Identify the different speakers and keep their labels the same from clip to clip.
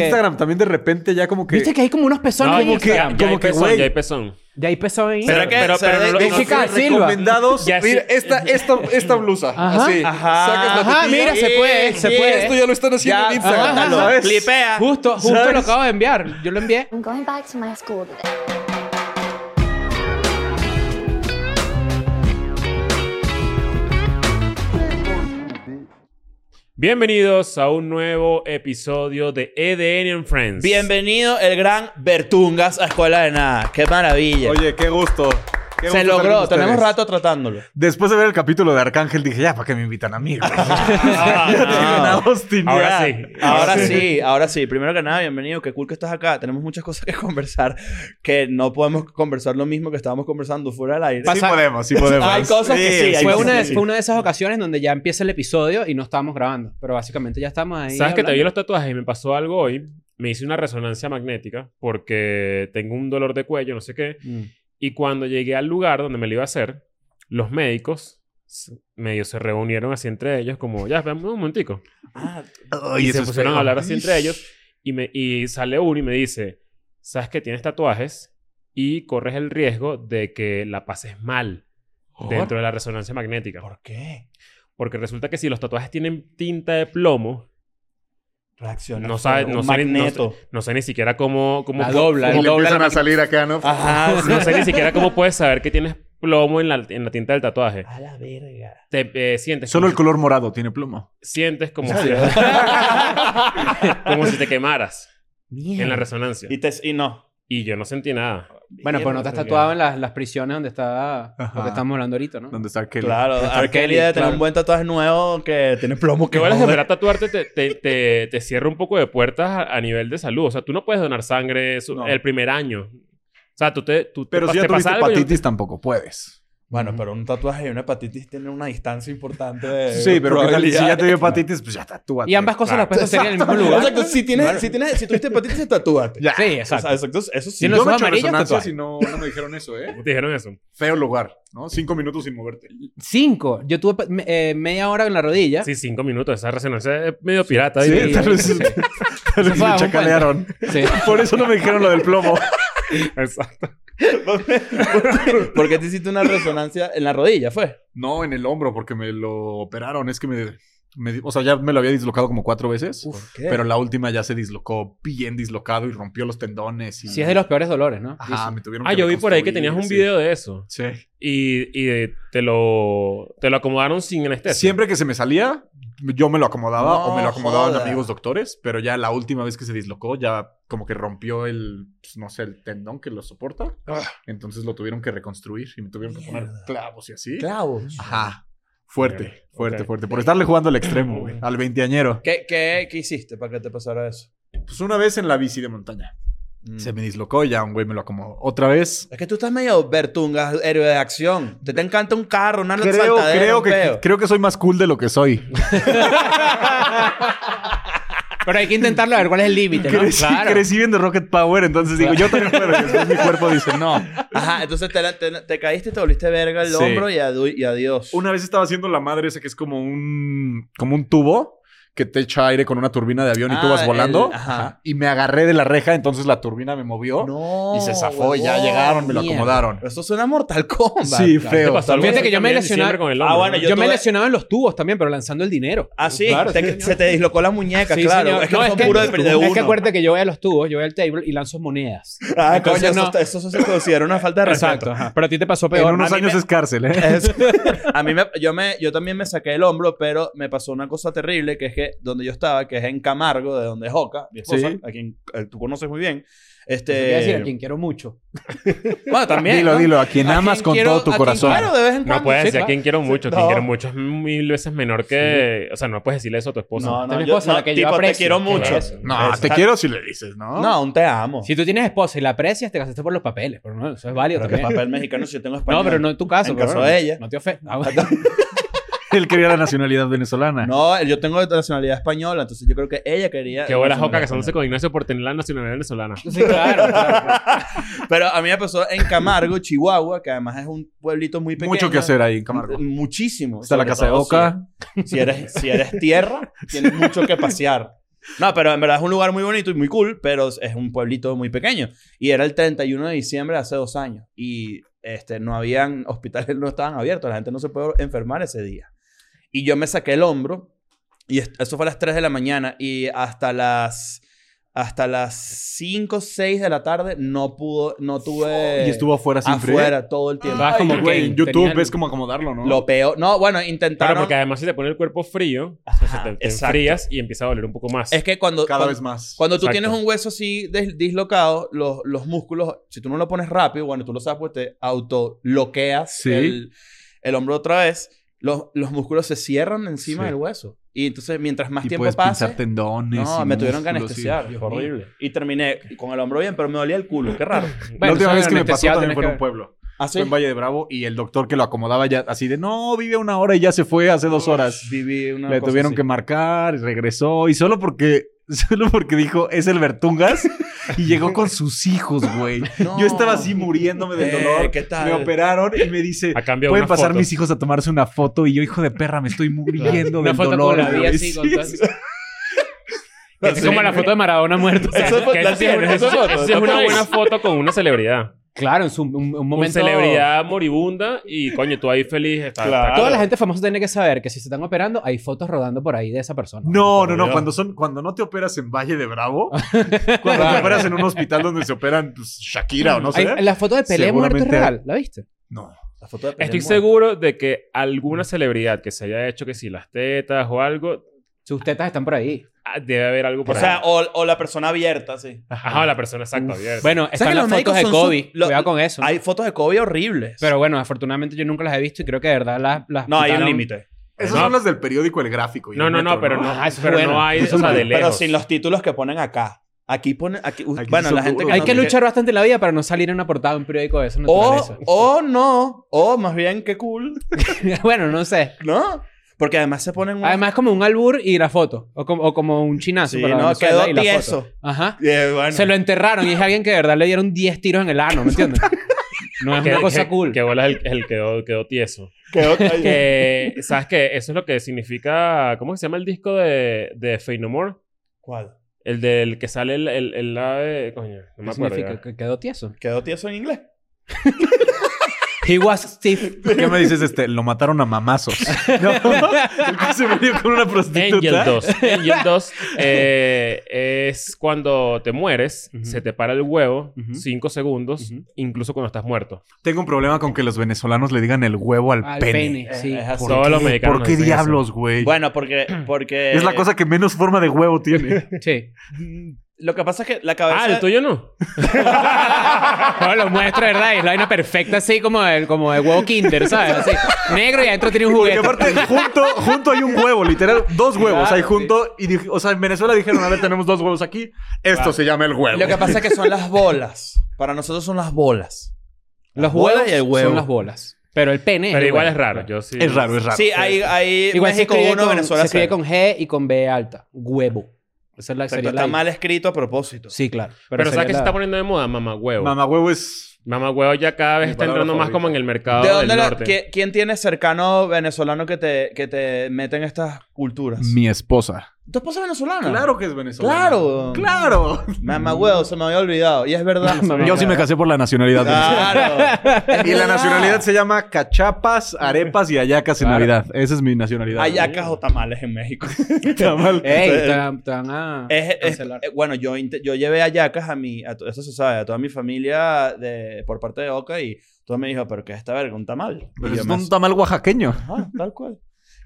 Speaker 1: Instagram también de repente ya como que...
Speaker 2: Viste que hay como unos pezones
Speaker 3: No,
Speaker 2: en
Speaker 3: como que,
Speaker 2: Instagram.
Speaker 3: ya,
Speaker 1: como
Speaker 3: hay
Speaker 1: que,
Speaker 3: pezón,
Speaker 1: güey.
Speaker 3: ya hay pezón.
Speaker 2: De ahí pezón en
Speaker 3: Pero-
Speaker 2: Instagram.
Speaker 3: pero no lo-
Speaker 1: de-
Speaker 2: no Chica da Silva.
Speaker 1: recomendados.
Speaker 3: Ya
Speaker 4: Mira, esta, esta, esta blusa.
Speaker 2: Ajá.
Speaker 4: Así.
Speaker 1: Ajá.
Speaker 4: Sacas la
Speaker 2: Ajá,
Speaker 4: tetilla.
Speaker 2: mira, se puede, se
Speaker 4: Eh,
Speaker 2: puede.
Speaker 4: Esto ya lo están haciendo
Speaker 1: Ya,
Speaker 4: en Instagram.
Speaker 2: ajá,
Speaker 1: sácalo,
Speaker 2: ajá.
Speaker 1: ¿ves?
Speaker 5: Clipea.
Speaker 2: Justo, justo
Speaker 1: ¿Sabes?
Speaker 2: lo acabo de enviar. Yo lo envié.
Speaker 6: I'm going back to my school today.
Speaker 3: Bienvenidos a un nuevo episodio de E EDN and Friends.
Speaker 5: Bienvenido el gran Bertungas a Escuela de Nada. Qué maravilla.
Speaker 1: Oye, qué gusto. Qué gusto
Speaker 5: Se
Speaker 1: estar
Speaker 5: logró.
Speaker 1: con
Speaker 5: Tenemos
Speaker 1: ustedes.
Speaker 5: rato tratándolo.
Speaker 1: Después de ver el capítulo de Arcángel dije, ya, ¿para qué me invitan a mí? güey?
Speaker 3: Ah,
Speaker 1: Ya tienen a
Speaker 3: ah,
Speaker 1: Austin,
Speaker 3: ahora
Speaker 1: ya.
Speaker 3: sí.
Speaker 5: Ahora sí, ahora sí. Primero que nada, bienvenido. Qué cool que estás acá. Tenemos muchas cosas que conversar que no podemos conversar lo mismo que estábamos conversando fuera del aire.
Speaker 1: Sí podemos, sí podemos.
Speaker 5: Hay cosas que sí, hay
Speaker 2: Fue
Speaker 5: sí,
Speaker 2: una, de,
Speaker 5: sí.
Speaker 2: fue una de esas ocasiones donde ya empieza el episodio y no estábamos grabando. Pero básicamente ya estamos ahí.
Speaker 3: ¿Sabes que te vi
Speaker 2: hablando.
Speaker 3: los tatuajes y me pasó algo hoy? Me hice una resonancia magnética porque tengo un dolor de cuello, no sé qué.
Speaker 2: Mm.
Speaker 3: Y cuando llegué al lugar donde me lo iba a hacer, los médicos s- medio se reunieron así entre ellos, como, ya, espérame un momentico.
Speaker 5: Ah,
Speaker 1: Oye,
Speaker 3: y se
Speaker 1: eso es
Speaker 3: pusieron
Speaker 1: feo.
Speaker 3: a hablar así entre ellos. Y, me, y sale uno y me dice, sabes que tienes tatuajes y corres el riesgo de que la pases mal dentro de la resonancia magnética.
Speaker 5: ¿Por qué?
Speaker 3: Porque resulta que si los tatuajes tienen tinta de plomo,
Speaker 5: Reacciona.
Speaker 3: No sabe-
Speaker 5: Un
Speaker 3: no sabe- no
Speaker 5: magneto.
Speaker 3: no sé ni siquiera cómo... cómo
Speaker 2: La dobla,
Speaker 3: cómo-
Speaker 2: el doble.
Speaker 4: empiezan a salir acá, ¿no?
Speaker 3: Ah,
Speaker 5: Ajá. sí.
Speaker 3: no sé ni siquiera cómo puedes saber que tienes plomo en la, en la tinta del tatuaje.
Speaker 5: A la verga.
Speaker 3: Te eh, sientes...
Speaker 1: Solo
Speaker 3: como
Speaker 1: el
Speaker 3: si-
Speaker 1: color morado tiene plomo.
Speaker 3: Sientes como si, como si te quemaras en la resonancia.
Speaker 5: Y, te, y no.
Speaker 3: Y yo no sentí nada.
Speaker 2: Bueno, pues no te has tatuado en las, las prisiones donde está
Speaker 1: Ajá.
Speaker 2: lo que estamos hablando ahorita, ¿no?
Speaker 1: ¿Dónde está Kelly?
Speaker 5: Claro,
Speaker 2: Kelly,
Speaker 5: Arkeli debe tener
Speaker 2: claro.
Speaker 5: un buen tatuaje nuevo que tiene plomo
Speaker 3: Que
Speaker 5: que
Speaker 3: igual es
Speaker 5: jode.
Speaker 3: verdad tatuarte te, te, te, te cierra un poco de puertas a, a nivel de salud. O sea, tú no puedes donar sangre eso-
Speaker 5: No.
Speaker 3: el primer año. O sea, tú te, tú te
Speaker 1: Pero
Speaker 3: pas-
Speaker 1: si ya
Speaker 3: te
Speaker 1: tuviste
Speaker 3: pasa algo y no
Speaker 1: hepatitis, tampoco puedes.
Speaker 5: Bueno, pero un tatuaje y una hepatitis tienen una distancia importante de
Speaker 1: Sí, pero ¿qué tal? si
Speaker 5: probabilidad.
Speaker 1: ya te dio hepatitis, pues ya tatúate.
Speaker 2: Y ambas cosas las puedes hacer en el mismo lugar.
Speaker 5: Exacto, si tienes, si tienes, si tuviste hepatitis, tatúate.
Speaker 1: Ya.
Speaker 2: Sí,
Speaker 5: O sea,
Speaker 2: exacto.
Speaker 5: exacto, eso sí.
Speaker 2: Si no-
Speaker 1: Yo
Speaker 2: los
Speaker 1: me he
Speaker 2: ojos
Speaker 1: hecho
Speaker 2: amarillos,
Speaker 1: resonancias
Speaker 2: tatuaje.
Speaker 1: y no, no me dijeron eso, ¿eh?
Speaker 3: te te dijeron eso.
Speaker 1: Feo lugar, ¿no? Cinco minutos sin moverte.
Speaker 2: Cinco. Yo tuve pe- me- eh, media hora en la rodilla.
Speaker 3: Sí, cinco minutos. Esa resonancia es medio pirata.
Speaker 1: Sí,
Speaker 3: ¿viste?
Speaker 1: tal vez, tal vez
Speaker 2: Eso fue
Speaker 1: me
Speaker 2: un
Speaker 1: chacalearon.
Speaker 2: Sí.
Speaker 1: Por eso no me dijeron lo del plomo.
Speaker 3: Exacto.
Speaker 5: ¿Por qué te hiciste una resonancia en la rodilla? ¿Fue?
Speaker 1: No, en el hombro, porque me lo operaron. Es que me, me- O sea, ya me lo había dislocado como cuatro veces. Pero la última ya se dislocó bien dislocado y rompió los tendones. Y...
Speaker 2: Sí, es de los peores dolores, ¿no?
Speaker 1: Ajá, me tuvieron
Speaker 3: Ah,
Speaker 1: que
Speaker 3: yo vi por ahí que
Speaker 1: reconstruir,
Speaker 3: tenías un
Speaker 1: sí.
Speaker 3: video de eso.
Speaker 1: Sí.
Speaker 3: Y, y eh, te, lo, te lo acomodaron sin anestesia.
Speaker 1: Siempre que se me salía, yo me lo acomodaba
Speaker 5: No,
Speaker 1: o me lo acomodaban
Speaker 5: joda.
Speaker 1: amigos doctores, pero ya la última vez que se dislocó, ya como que rompió el, pues, no sé, el tendón que lo soporta. Entonces lo tuvieron que reconstruir y me tuvieron que poner
Speaker 5: Mierda.
Speaker 1: clavos y así.
Speaker 5: Clavos.
Speaker 1: Ajá. Fuerte,
Speaker 3: Mierda.
Speaker 1: fuerte,
Speaker 3: Ok.
Speaker 1: fuerte. Por estarle jugando al extremo, güey. Al veinteañero.
Speaker 5: ¿Qué, qué, ¿Qué hiciste para que te pasara eso? Mm.
Speaker 1: Pues una vez en la bici de montaña. Se me dislocó y ya un güey me lo acomodó. Otra vez.
Speaker 5: Es que tú estás medio Bertungas, héroe de acción. Te, te encanta un carro, una
Speaker 1: Creo,
Speaker 5: saltadera,
Speaker 1: creo,
Speaker 5: un
Speaker 1: que,
Speaker 5: peo.
Speaker 1: creo que soy más cool de lo que soy.
Speaker 2: Pero hay que intentarlo a ver cuál es el límite, ¿no?
Speaker 1: crecí, crecí viendo Rocket Power, entonces digo, yo también puedo. Y después mi cuerpo dice, no.
Speaker 5: Ajá, entonces te, la- te- te caíste, te volviste verga el
Speaker 1: Sí.
Speaker 5: hombro y, adu- y adiós.
Speaker 1: Una vez estaba haciendo la madre esa que es como un, como un tubo que te echa aire con una turbina de avión y tú
Speaker 5: Ah,
Speaker 1: vas
Speaker 5: el-
Speaker 1: volando.
Speaker 5: ajá.
Speaker 1: Ajá. Y me agarré de la reja, entonces la turbina me movió
Speaker 5: No,
Speaker 1: y se zafó y ya
Speaker 5: huevón.
Speaker 1: llegaron, me lo
Speaker 2: mierda.
Speaker 1: acomodaron.
Speaker 5: Eso suena a Mortal Kombat.
Speaker 1: Sí,
Speaker 5: cabrón.
Speaker 3: ¿Te
Speaker 1: feo.
Speaker 3: pasó algo
Speaker 2: Fíjate
Speaker 3: así
Speaker 2: que yo me
Speaker 3: también en diciembre
Speaker 2: lesioné-
Speaker 3: con el
Speaker 5: Ah,
Speaker 3: hombro,
Speaker 5: bueno,
Speaker 3: ¿no?
Speaker 2: Yo,
Speaker 5: Yo
Speaker 2: me
Speaker 5: tuve-
Speaker 2: lesionaba en los tubos también, pero lanzando el dinero.
Speaker 5: Ah, sí,
Speaker 2: Claro,
Speaker 5: te-
Speaker 2: sí.
Speaker 5: se te dislocó la muñeca,
Speaker 2: Sí,
Speaker 5: claro.
Speaker 2: señor.
Speaker 5: Es que no,
Speaker 2: No,
Speaker 5: son puros de, de
Speaker 2: es
Speaker 5: uno.
Speaker 2: que acuérdate que yo voy a los tubos, yo voy al table y lanzo monedas.
Speaker 5: Ah,
Speaker 2: Entonces,
Speaker 5: coño, eso,
Speaker 2: no.
Speaker 5: está- eso se considera una falta de respeto.
Speaker 2: Exacto. ajá. Pero a ti te pasó
Speaker 1: En
Speaker 2: peor.
Speaker 1: unos
Speaker 2: A mí
Speaker 1: años
Speaker 5: este-
Speaker 2: me-
Speaker 1: es cárcel, ¿eh?
Speaker 5: Es- a mí me, yo, me, yo también me saqué el hombro, pero me pasó una cosa terrible, que es que donde yo estaba, que es en Camargo, de donde es Oca, mi esposa,
Speaker 1: Sí.
Speaker 5: a quien eh, tú conoces muy bien.
Speaker 2: Te voy a decir a
Speaker 5: Este,
Speaker 2: quien quiero mucho.
Speaker 5: bueno, también.
Speaker 1: dilo,
Speaker 5: ¿no?
Speaker 1: dilo, a quien
Speaker 5: A
Speaker 1: amas
Speaker 5: quien
Speaker 1: con
Speaker 5: quiero-
Speaker 1: todo tu
Speaker 5: a quien
Speaker 1: corazón.
Speaker 5: quiero de vez en
Speaker 3: No
Speaker 5: cuando.
Speaker 3: puedes
Speaker 5: Sí,
Speaker 3: decir a
Speaker 5: claro.
Speaker 3: quien quiero mucho. Quien
Speaker 5: No.
Speaker 3: quiero mucho es mil veces menor que... O sea, no puedes decirle eso a tu esposa.
Speaker 5: No,
Speaker 2: pues, Es
Speaker 5: no,
Speaker 2: mi
Speaker 5: yo,
Speaker 2: esposa,
Speaker 5: no,
Speaker 2: la que yo
Speaker 5: tipo, te
Speaker 2: aprecio.
Speaker 5: quiero mucho.
Speaker 3: Claro.
Speaker 1: No, te
Speaker 5: Exacto.
Speaker 1: quiero si le dices, ¿no?
Speaker 5: No, un te amo.
Speaker 2: Si tú tienes esposa y la aprecias, te casaste por los papeles. Pero no, eso es válido
Speaker 5: Pero que
Speaker 2: también.
Speaker 5: papel mexicano si yo tengo español.
Speaker 2: No, pero no en tu caso.
Speaker 5: En
Speaker 2: pero
Speaker 5: caso
Speaker 2: no,
Speaker 5: de ella.
Speaker 2: No te ofendas. Ah, bueno.
Speaker 1: Él quería la nacionalidad venezolana.
Speaker 5: No, yo tengo nacionalidad española, entonces yo creo que ella quería.
Speaker 3: Qué buena
Speaker 5: nacionalidad
Speaker 3: joca que se
Speaker 5: española.
Speaker 3: con Ignacio por tener la nacionalidad venezolana.
Speaker 2: Sí, claro. claro.
Speaker 5: Pero a mí me pasó en Camargo, Chihuahua, que además es un pueblito muy pequeño.
Speaker 1: Mucho que hacer ahí en Camargo.
Speaker 5: Muchísimo.
Speaker 1: Está la
Speaker 5: Sobre
Speaker 1: casa de
Speaker 5: todo
Speaker 1: Oca.
Speaker 5: Si si eres, si eres tierra, tienes mucho que pasear. No, pero en verdad es un lugar muy bonito y muy cool, pero es un pueblito muy pequeño. Y era el 31 de diciembre de hace dos años. Y este, no habían, hospitales no estaban abiertos, la gente no se puede enfermar ese día. Y yo me saqué el hombro, y es- eso fue a las 3 de la mañana, y hasta las, hasta las 5, 6 de la tarde no pudo, no tuve...
Speaker 1: Y estuvo afuera siempre.
Speaker 5: Eh, afuera todo el tiempo.
Speaker 2: Vas como
Speaker 1: Ay, güey,
Speaker 2: que
Speaker 1: en YouTube
Speaker 2: tenía-
Speaker 1: ves cómo acomodarlo, ¿no?
Speaker 5: Lo peor. No, bueno,
Speaker 3: Claro,
Speaker 5: intentaron.
Speaker 3: porque además si te pone el cuerpo frío, o sea,
Speaker 5: Ajá,
Speaker 3: te, te
Speaker 5: exacto.
Speaker 3: enfrías y empieza a doler un poco más.
Speaker 5: Es que cuando.
Speaker 1: Cada
Speaker 5: cuando-
Speaker 1: vez más.
Speaker 5: Cuando tú
Speaker 3: Exacto.
Speaker 5: tienes un hueso así des- dislocado, los, los músculos, si tú no lo pones rápido, bueno, tú lo sabes, pues te autobloqueas
Speaker 1: Sí.
Speaker 5: el, el hombro otra vez, los, los músculos se cierran encima
Speaker 1: Sí.
Speaker 5: del hueso. Y entonces, mientras más
Speaker 1: y
Speaker 5: tiempo
Speaker 1: puedes
Speaker 5: pase,
Speaker 1: pinchar tendones.
Speaker 5: no,
Speaker 1: y
Speaker 5: me tuvieron que
Speaker 1: músculos y-
Speaker 5: anestesiar. Dios mío.
Speaker 3: horrible.
Speaker 5: Y terminé con el hombro bien, pero me dolía el culo, qué raro.
Speaker 1: la última
Speaker 2: eso
Speaker 1: vez que me pasó
Speaker 2: anestesiado
Speaker 1: también
Speaker 2: tenés
Speaker 1: fue en
Speaker 2: que-
Speaker 1: un pueblo.
Speaker 5: Así
Speaker 1: Fue en Valle de Bravo y el doctor que lo acomodaba ya así de, no, vive una hora y ya se fue hace dos horas.
Speaker 5: viví una
Speaker 1: Le
Speaker 5: cosa
Speaker 1: tuvieron
Speaker 5: así.
Speaker 1: que marcar, y regresó y solo porque solo porque dijo es el Bertungas y llegó con sus hijos, güey.
Speaker 5: No.
Speaker 1: Yo estaba así muriéndome del
Speaker 5: Eh,
Speaker 1: dolor.
Speaker 5: ¿qué tal?
Speaker 1: Me operaron y me dice,
Speaker 3: A cambio de
Speaker 1: pueden
Speaker 3: una
Speaker 1: pasar
Speaker 3: foto".
Speaker 1: mis hijos a tomarse una foto y yo hijo de perra me estoy muriendo
Speaker 2: Una
Speaker 1: del
Speaker 2: foto
Speaker 1: dolor.
Speaker 2: con la vida
Speaker 1: güey".
Speaker 2: así, con
Speaker 1: Sí,
Speaker 2: todo-
Speaker 1: sí.
Speaker 2: Que Es como la foto de Maradona muerto.
Speaker 5: Esa fue-
Speaker 3: Que
Speaker 5: la
Speaker 3: eso sí es-
Speaker 5: tienes,
Speaker 3: eso-
Speaker 5: esa foto,
Speaker 3: eso sí
Speaker 5: está
Speaker 3: es una
Speaker 5: por ahí.
Speaker 3: buena foto con una celebridad.
Speaker 2: Claro, en su, un, un
Speaker 3: Una
Speaker 2: momento...
Speaker 3: celebridad moribunda y coño, tú ahí feliz. está- está-
Speaker 5: Claro.
Speaker 2: Toda la gente famosa tiene que saber que si se están operando, hay fotos rodando por ahí de esa persona.
Speaker 1: No, no, no.
Speaker 5: Dios.
Speaker 1: Cuando, son, cuando no te operas en Valle de Bravo, cuando te operas en un hospital donde se operan pues, Shakira o no sé.
Speaker 2: Hay- la foto de Pelé muerto es
Speaker 1: Seguramente-
Speaker 2: real, ¿la viste?
Speaker 1: No.
Speaker 5: La foto de Pelé
Speaker 3: Estoy
Speaker 5: muerta.
Speaker 3: seguro de que alguna celebridad que se haya hecho que si las tetas o algo,
Speaker 2: Sus tetas están por ahí.
Speaker 3: ah, debe haber algo
Speaker 5: O
Speaker 3: por
Speaker 5: sea,
Speaker 3: ahí.
Speaker 5: o, o la persona abierta, sí.
Speaker 3: Ajá, la persona exacta, abierta.
Speaker 2: Bueno,
Speaker 5: que
Speaker 2: están
Speaker 5: los
Speaker 2: las
Speaker 5: médicos
Speaker 2: fotos de
Speaker 5: son su-
Speaker 2: Kobe.
Speaker 5: lo-
Speaker 2: Cuidado con eso. ¿no?
Speaker 5: Hay fotos de Kobe horribles.
Speaker 2: Pero bueno, afortunadamente yo nunca las he visto y creo que de verdad las. las
Speaker 5: no, hay un
Speaker 2: quitaron.
Speaker 5: límite.
Speaker 1: Esas
Speaker 3: No.
Speaker 1: son las del periódico El Gráfico. y
Speaker 3: no,
Speaker 1: el
Speaker 3: no, no,
Speaker 1: Metro,
Speaker 3: pero no,
Speaker 2: Ah, eso es
Speaker 3: pero no
Speaker 2: bueno.
Speaker 3: hay, o sea, de lejos.
Speaker 5: Pero sin los títulos que ponen acá. Aquí ponen. Aquí, u-
Speaker 1: Aquí
Speaker 5: bueno,
Speaker 1: son
Speaker 5: la gente
Speaker 1: duros.
Speaker 5: que
Speaker 2: Hay
Speaker 5: no-
Speaker 2: que luchar bastante en la vida para no salir en una portada de un periódico de esa
Speaker 5: O,
Speaker 2: naturaleza.
Speaker 5: o no. O más bien, qué cool.
Speaker 2: bueno, no sé.
Speaker 5: ¿No? Porque además se ponen. un-
Speaker 2: Además, como un albur y la foto. O como, o como un chinazo.
Speaker 5: sí,
Speaker 2: para
Speaker 5: no,
Speaker 2: Venezuela
Speaker 5: quedó
Speaker 2: y la foto.
Speaker 5: tieso.
Speaker 2: Ajá.
Speaker 5: Eh, bueno.
Speaker 2: Se lo enterraron y es alguien que de verdad le dieron 10 tiros en el ano, ¿me entiendes? No es
Speaker 3: Que-
Speaker 2: una cosa
Speaker 3: que-
Speaker 2: cool.
Speaker 3: Que bolas el, el quedó, quedó tieso.
Speaker 5: Quedó tieso.
Speaker 3: Que, ¿Sabes qué? Eso es lo que significa. ¿Cómo se llama el disco de, de Fey No More?
Speaker 5: ¿Cuál?
Speaker 3: El del que sale el, el, el ave. Coño, no me
Speaker 2: ¿Qué
Speaker 3: acuerdo.
Speaker 2: significa?
Speaker 3: ya.
Speaker 2: Que quedó tieso.
Speaker 5: Quedó tieso en inglés.
Speaker 2: He was stiff.
Speaker 1: ¿Por ¿Qué me dices este? Lo mataron a mamazos. No, el que se murió con una prostituta.
Speaker 3: Angel 2. Angel 2 eh, es cuando te mueres,
Speaker 2: Ujú.
Speaker 3: se te para el huevo
Speaker 2: Ujú.
Speaker 3: 5 segundos,
Speaker 2: Ujú.
Speaker 3: incluso cuando estás muerto.
Speaker 1: Tengo un problema con que los venezolanos le digan el huevo al,
Speaker 2: Al
Speaker 1: pene.
Speaker 2: pene, sí.
Speaker 5: Es así.
Speaker 1: ¿Por
Speaker 3: Todos
Speaker 1: qué?
Speaker 3: los mexicanos
Speaker 1: ¿Por qué
Speaker 3: dicen
Speaker 1: diablos, güey?
Speaker 5: Bueno, porque, porque.
Speaker 1: es la cosa que menos forma de huevo tiene.
Speaker 2: Sí.
Speaker 5: Lo que pasa es que la cabeza.
Speaker 3: Ah, el tuyo no.
Speaker 2: No, lo muestra, ¿verdad? Y es la vaina perfecta, así como el, como el huevo Kinder, ¿sabes? Así, negro y adentro tiene un
Speaker 1: Porque
Speaker 2: juguete.
Speaker 1: aparte, junto, junto hay un huevo, literal. Dos huevos
Speaker 2: Claro,
Speaker 1: hay junto. Y dije- o sea, en Venezuela dijeron, a ver, tenemos dos huevos aquí. Esto se llama el huevo.
Speaker 5: Lo que pasa es que son las bolas. Para nosotros son las bolas.
Speaker 2: Los
Speaker 5: bola
Speaker 2: huevos
Speaker 5: y el huevo.
Speaker 2: son las bolas. Pero el pene
Speaker 3: Pero
Speaker 2: el
Speaker 3: igual
Speaker 2: huevo.
Speaker 3: es raro. Yo sí.
Speaker 1: Es raro, es raro.
Speaker 5: Sí, hay, hay
Speaker 2: Igual
Speaker 5: México
Speaker 2: se escribe,
Speaker 5: 1,
Speaker 2: con,
Speaker 5: Venezuela
Speaker 2: se escribe
Speaker 5: 0.
Speaker 2: con G y con B alta. Huevo. Esa es la
Speaker 5: Exacto,
Speaker 2: sería la
Speaker 5: está
Speaker 2: I.
Speaker 5: mal escrito a propósito.
Speaker 2: Sí, claro.
Speaker 3: Pero,
Speaker 2: sería
Speaker 3: ¿sabes qué
Speaker 2: la-
Speaker 3: se está poniendo de moda? Mamá huevo.
Speaker 1: Mamá huevo es.
Speaker 3: Mamá huevo ya cada vez
Speaker 1: Mi
Speaker 3: está
Speaker 1: palabra
Speaker 3: entrando más
Speaker 1: favorita.
Speaker 3: como en el mercado
Speaker 5: ¿De dónde
Speaker 3: del
Speaker 5: la-
Speaker 3: norte.
Speaker 5: qui- ¿Quién tiene cercano venezolano que te, que te mete en estas culturas?
Speaker 1: Mi esposa.
Speaker 5: ¿Tu esposa es venezolana?
Speaker 1: Claro que es venezolana.
Speaker 5: Claro.
Speaker 1: Claro.
Speaker 5: Mamá, huevo, se me había olvidado. Y es verdad.
Speaker 1: Yo sí me casé por la nacionalidad venezolana.
Speaker 5: Claro.
Speaker 1: Y la nacionalidad se llama cachapas, arepas y ayacas en
Speaker 2: Claro.
Speaker 1: Navidad. Esa es mi nacionalidad.
Speaker 5: Ayacas o tamales en México.
Speaker 1: Tamal.
Speaker 2: Ey,
Speaker 5: Entonces,
Speaker 2: te van- te van a...
Speaker 5: Es- es-
Speaker 2: Cancelar.
Speaker 5: eh, bueno, yo, inte- yo llevé ayacas a mi, a to- eso se sabe, a toda mi familia de, por parte de Oca y todo me dijo, pero ¿qué es esta verga? ¿Un tamal? Y
Speaker 1: Pero
Speaker 5: yo
Speaker 1: es
Speaker 5: me
Speaker 1: un tamal oaxaqueño.
Speaker 5: Ajá, tal cual.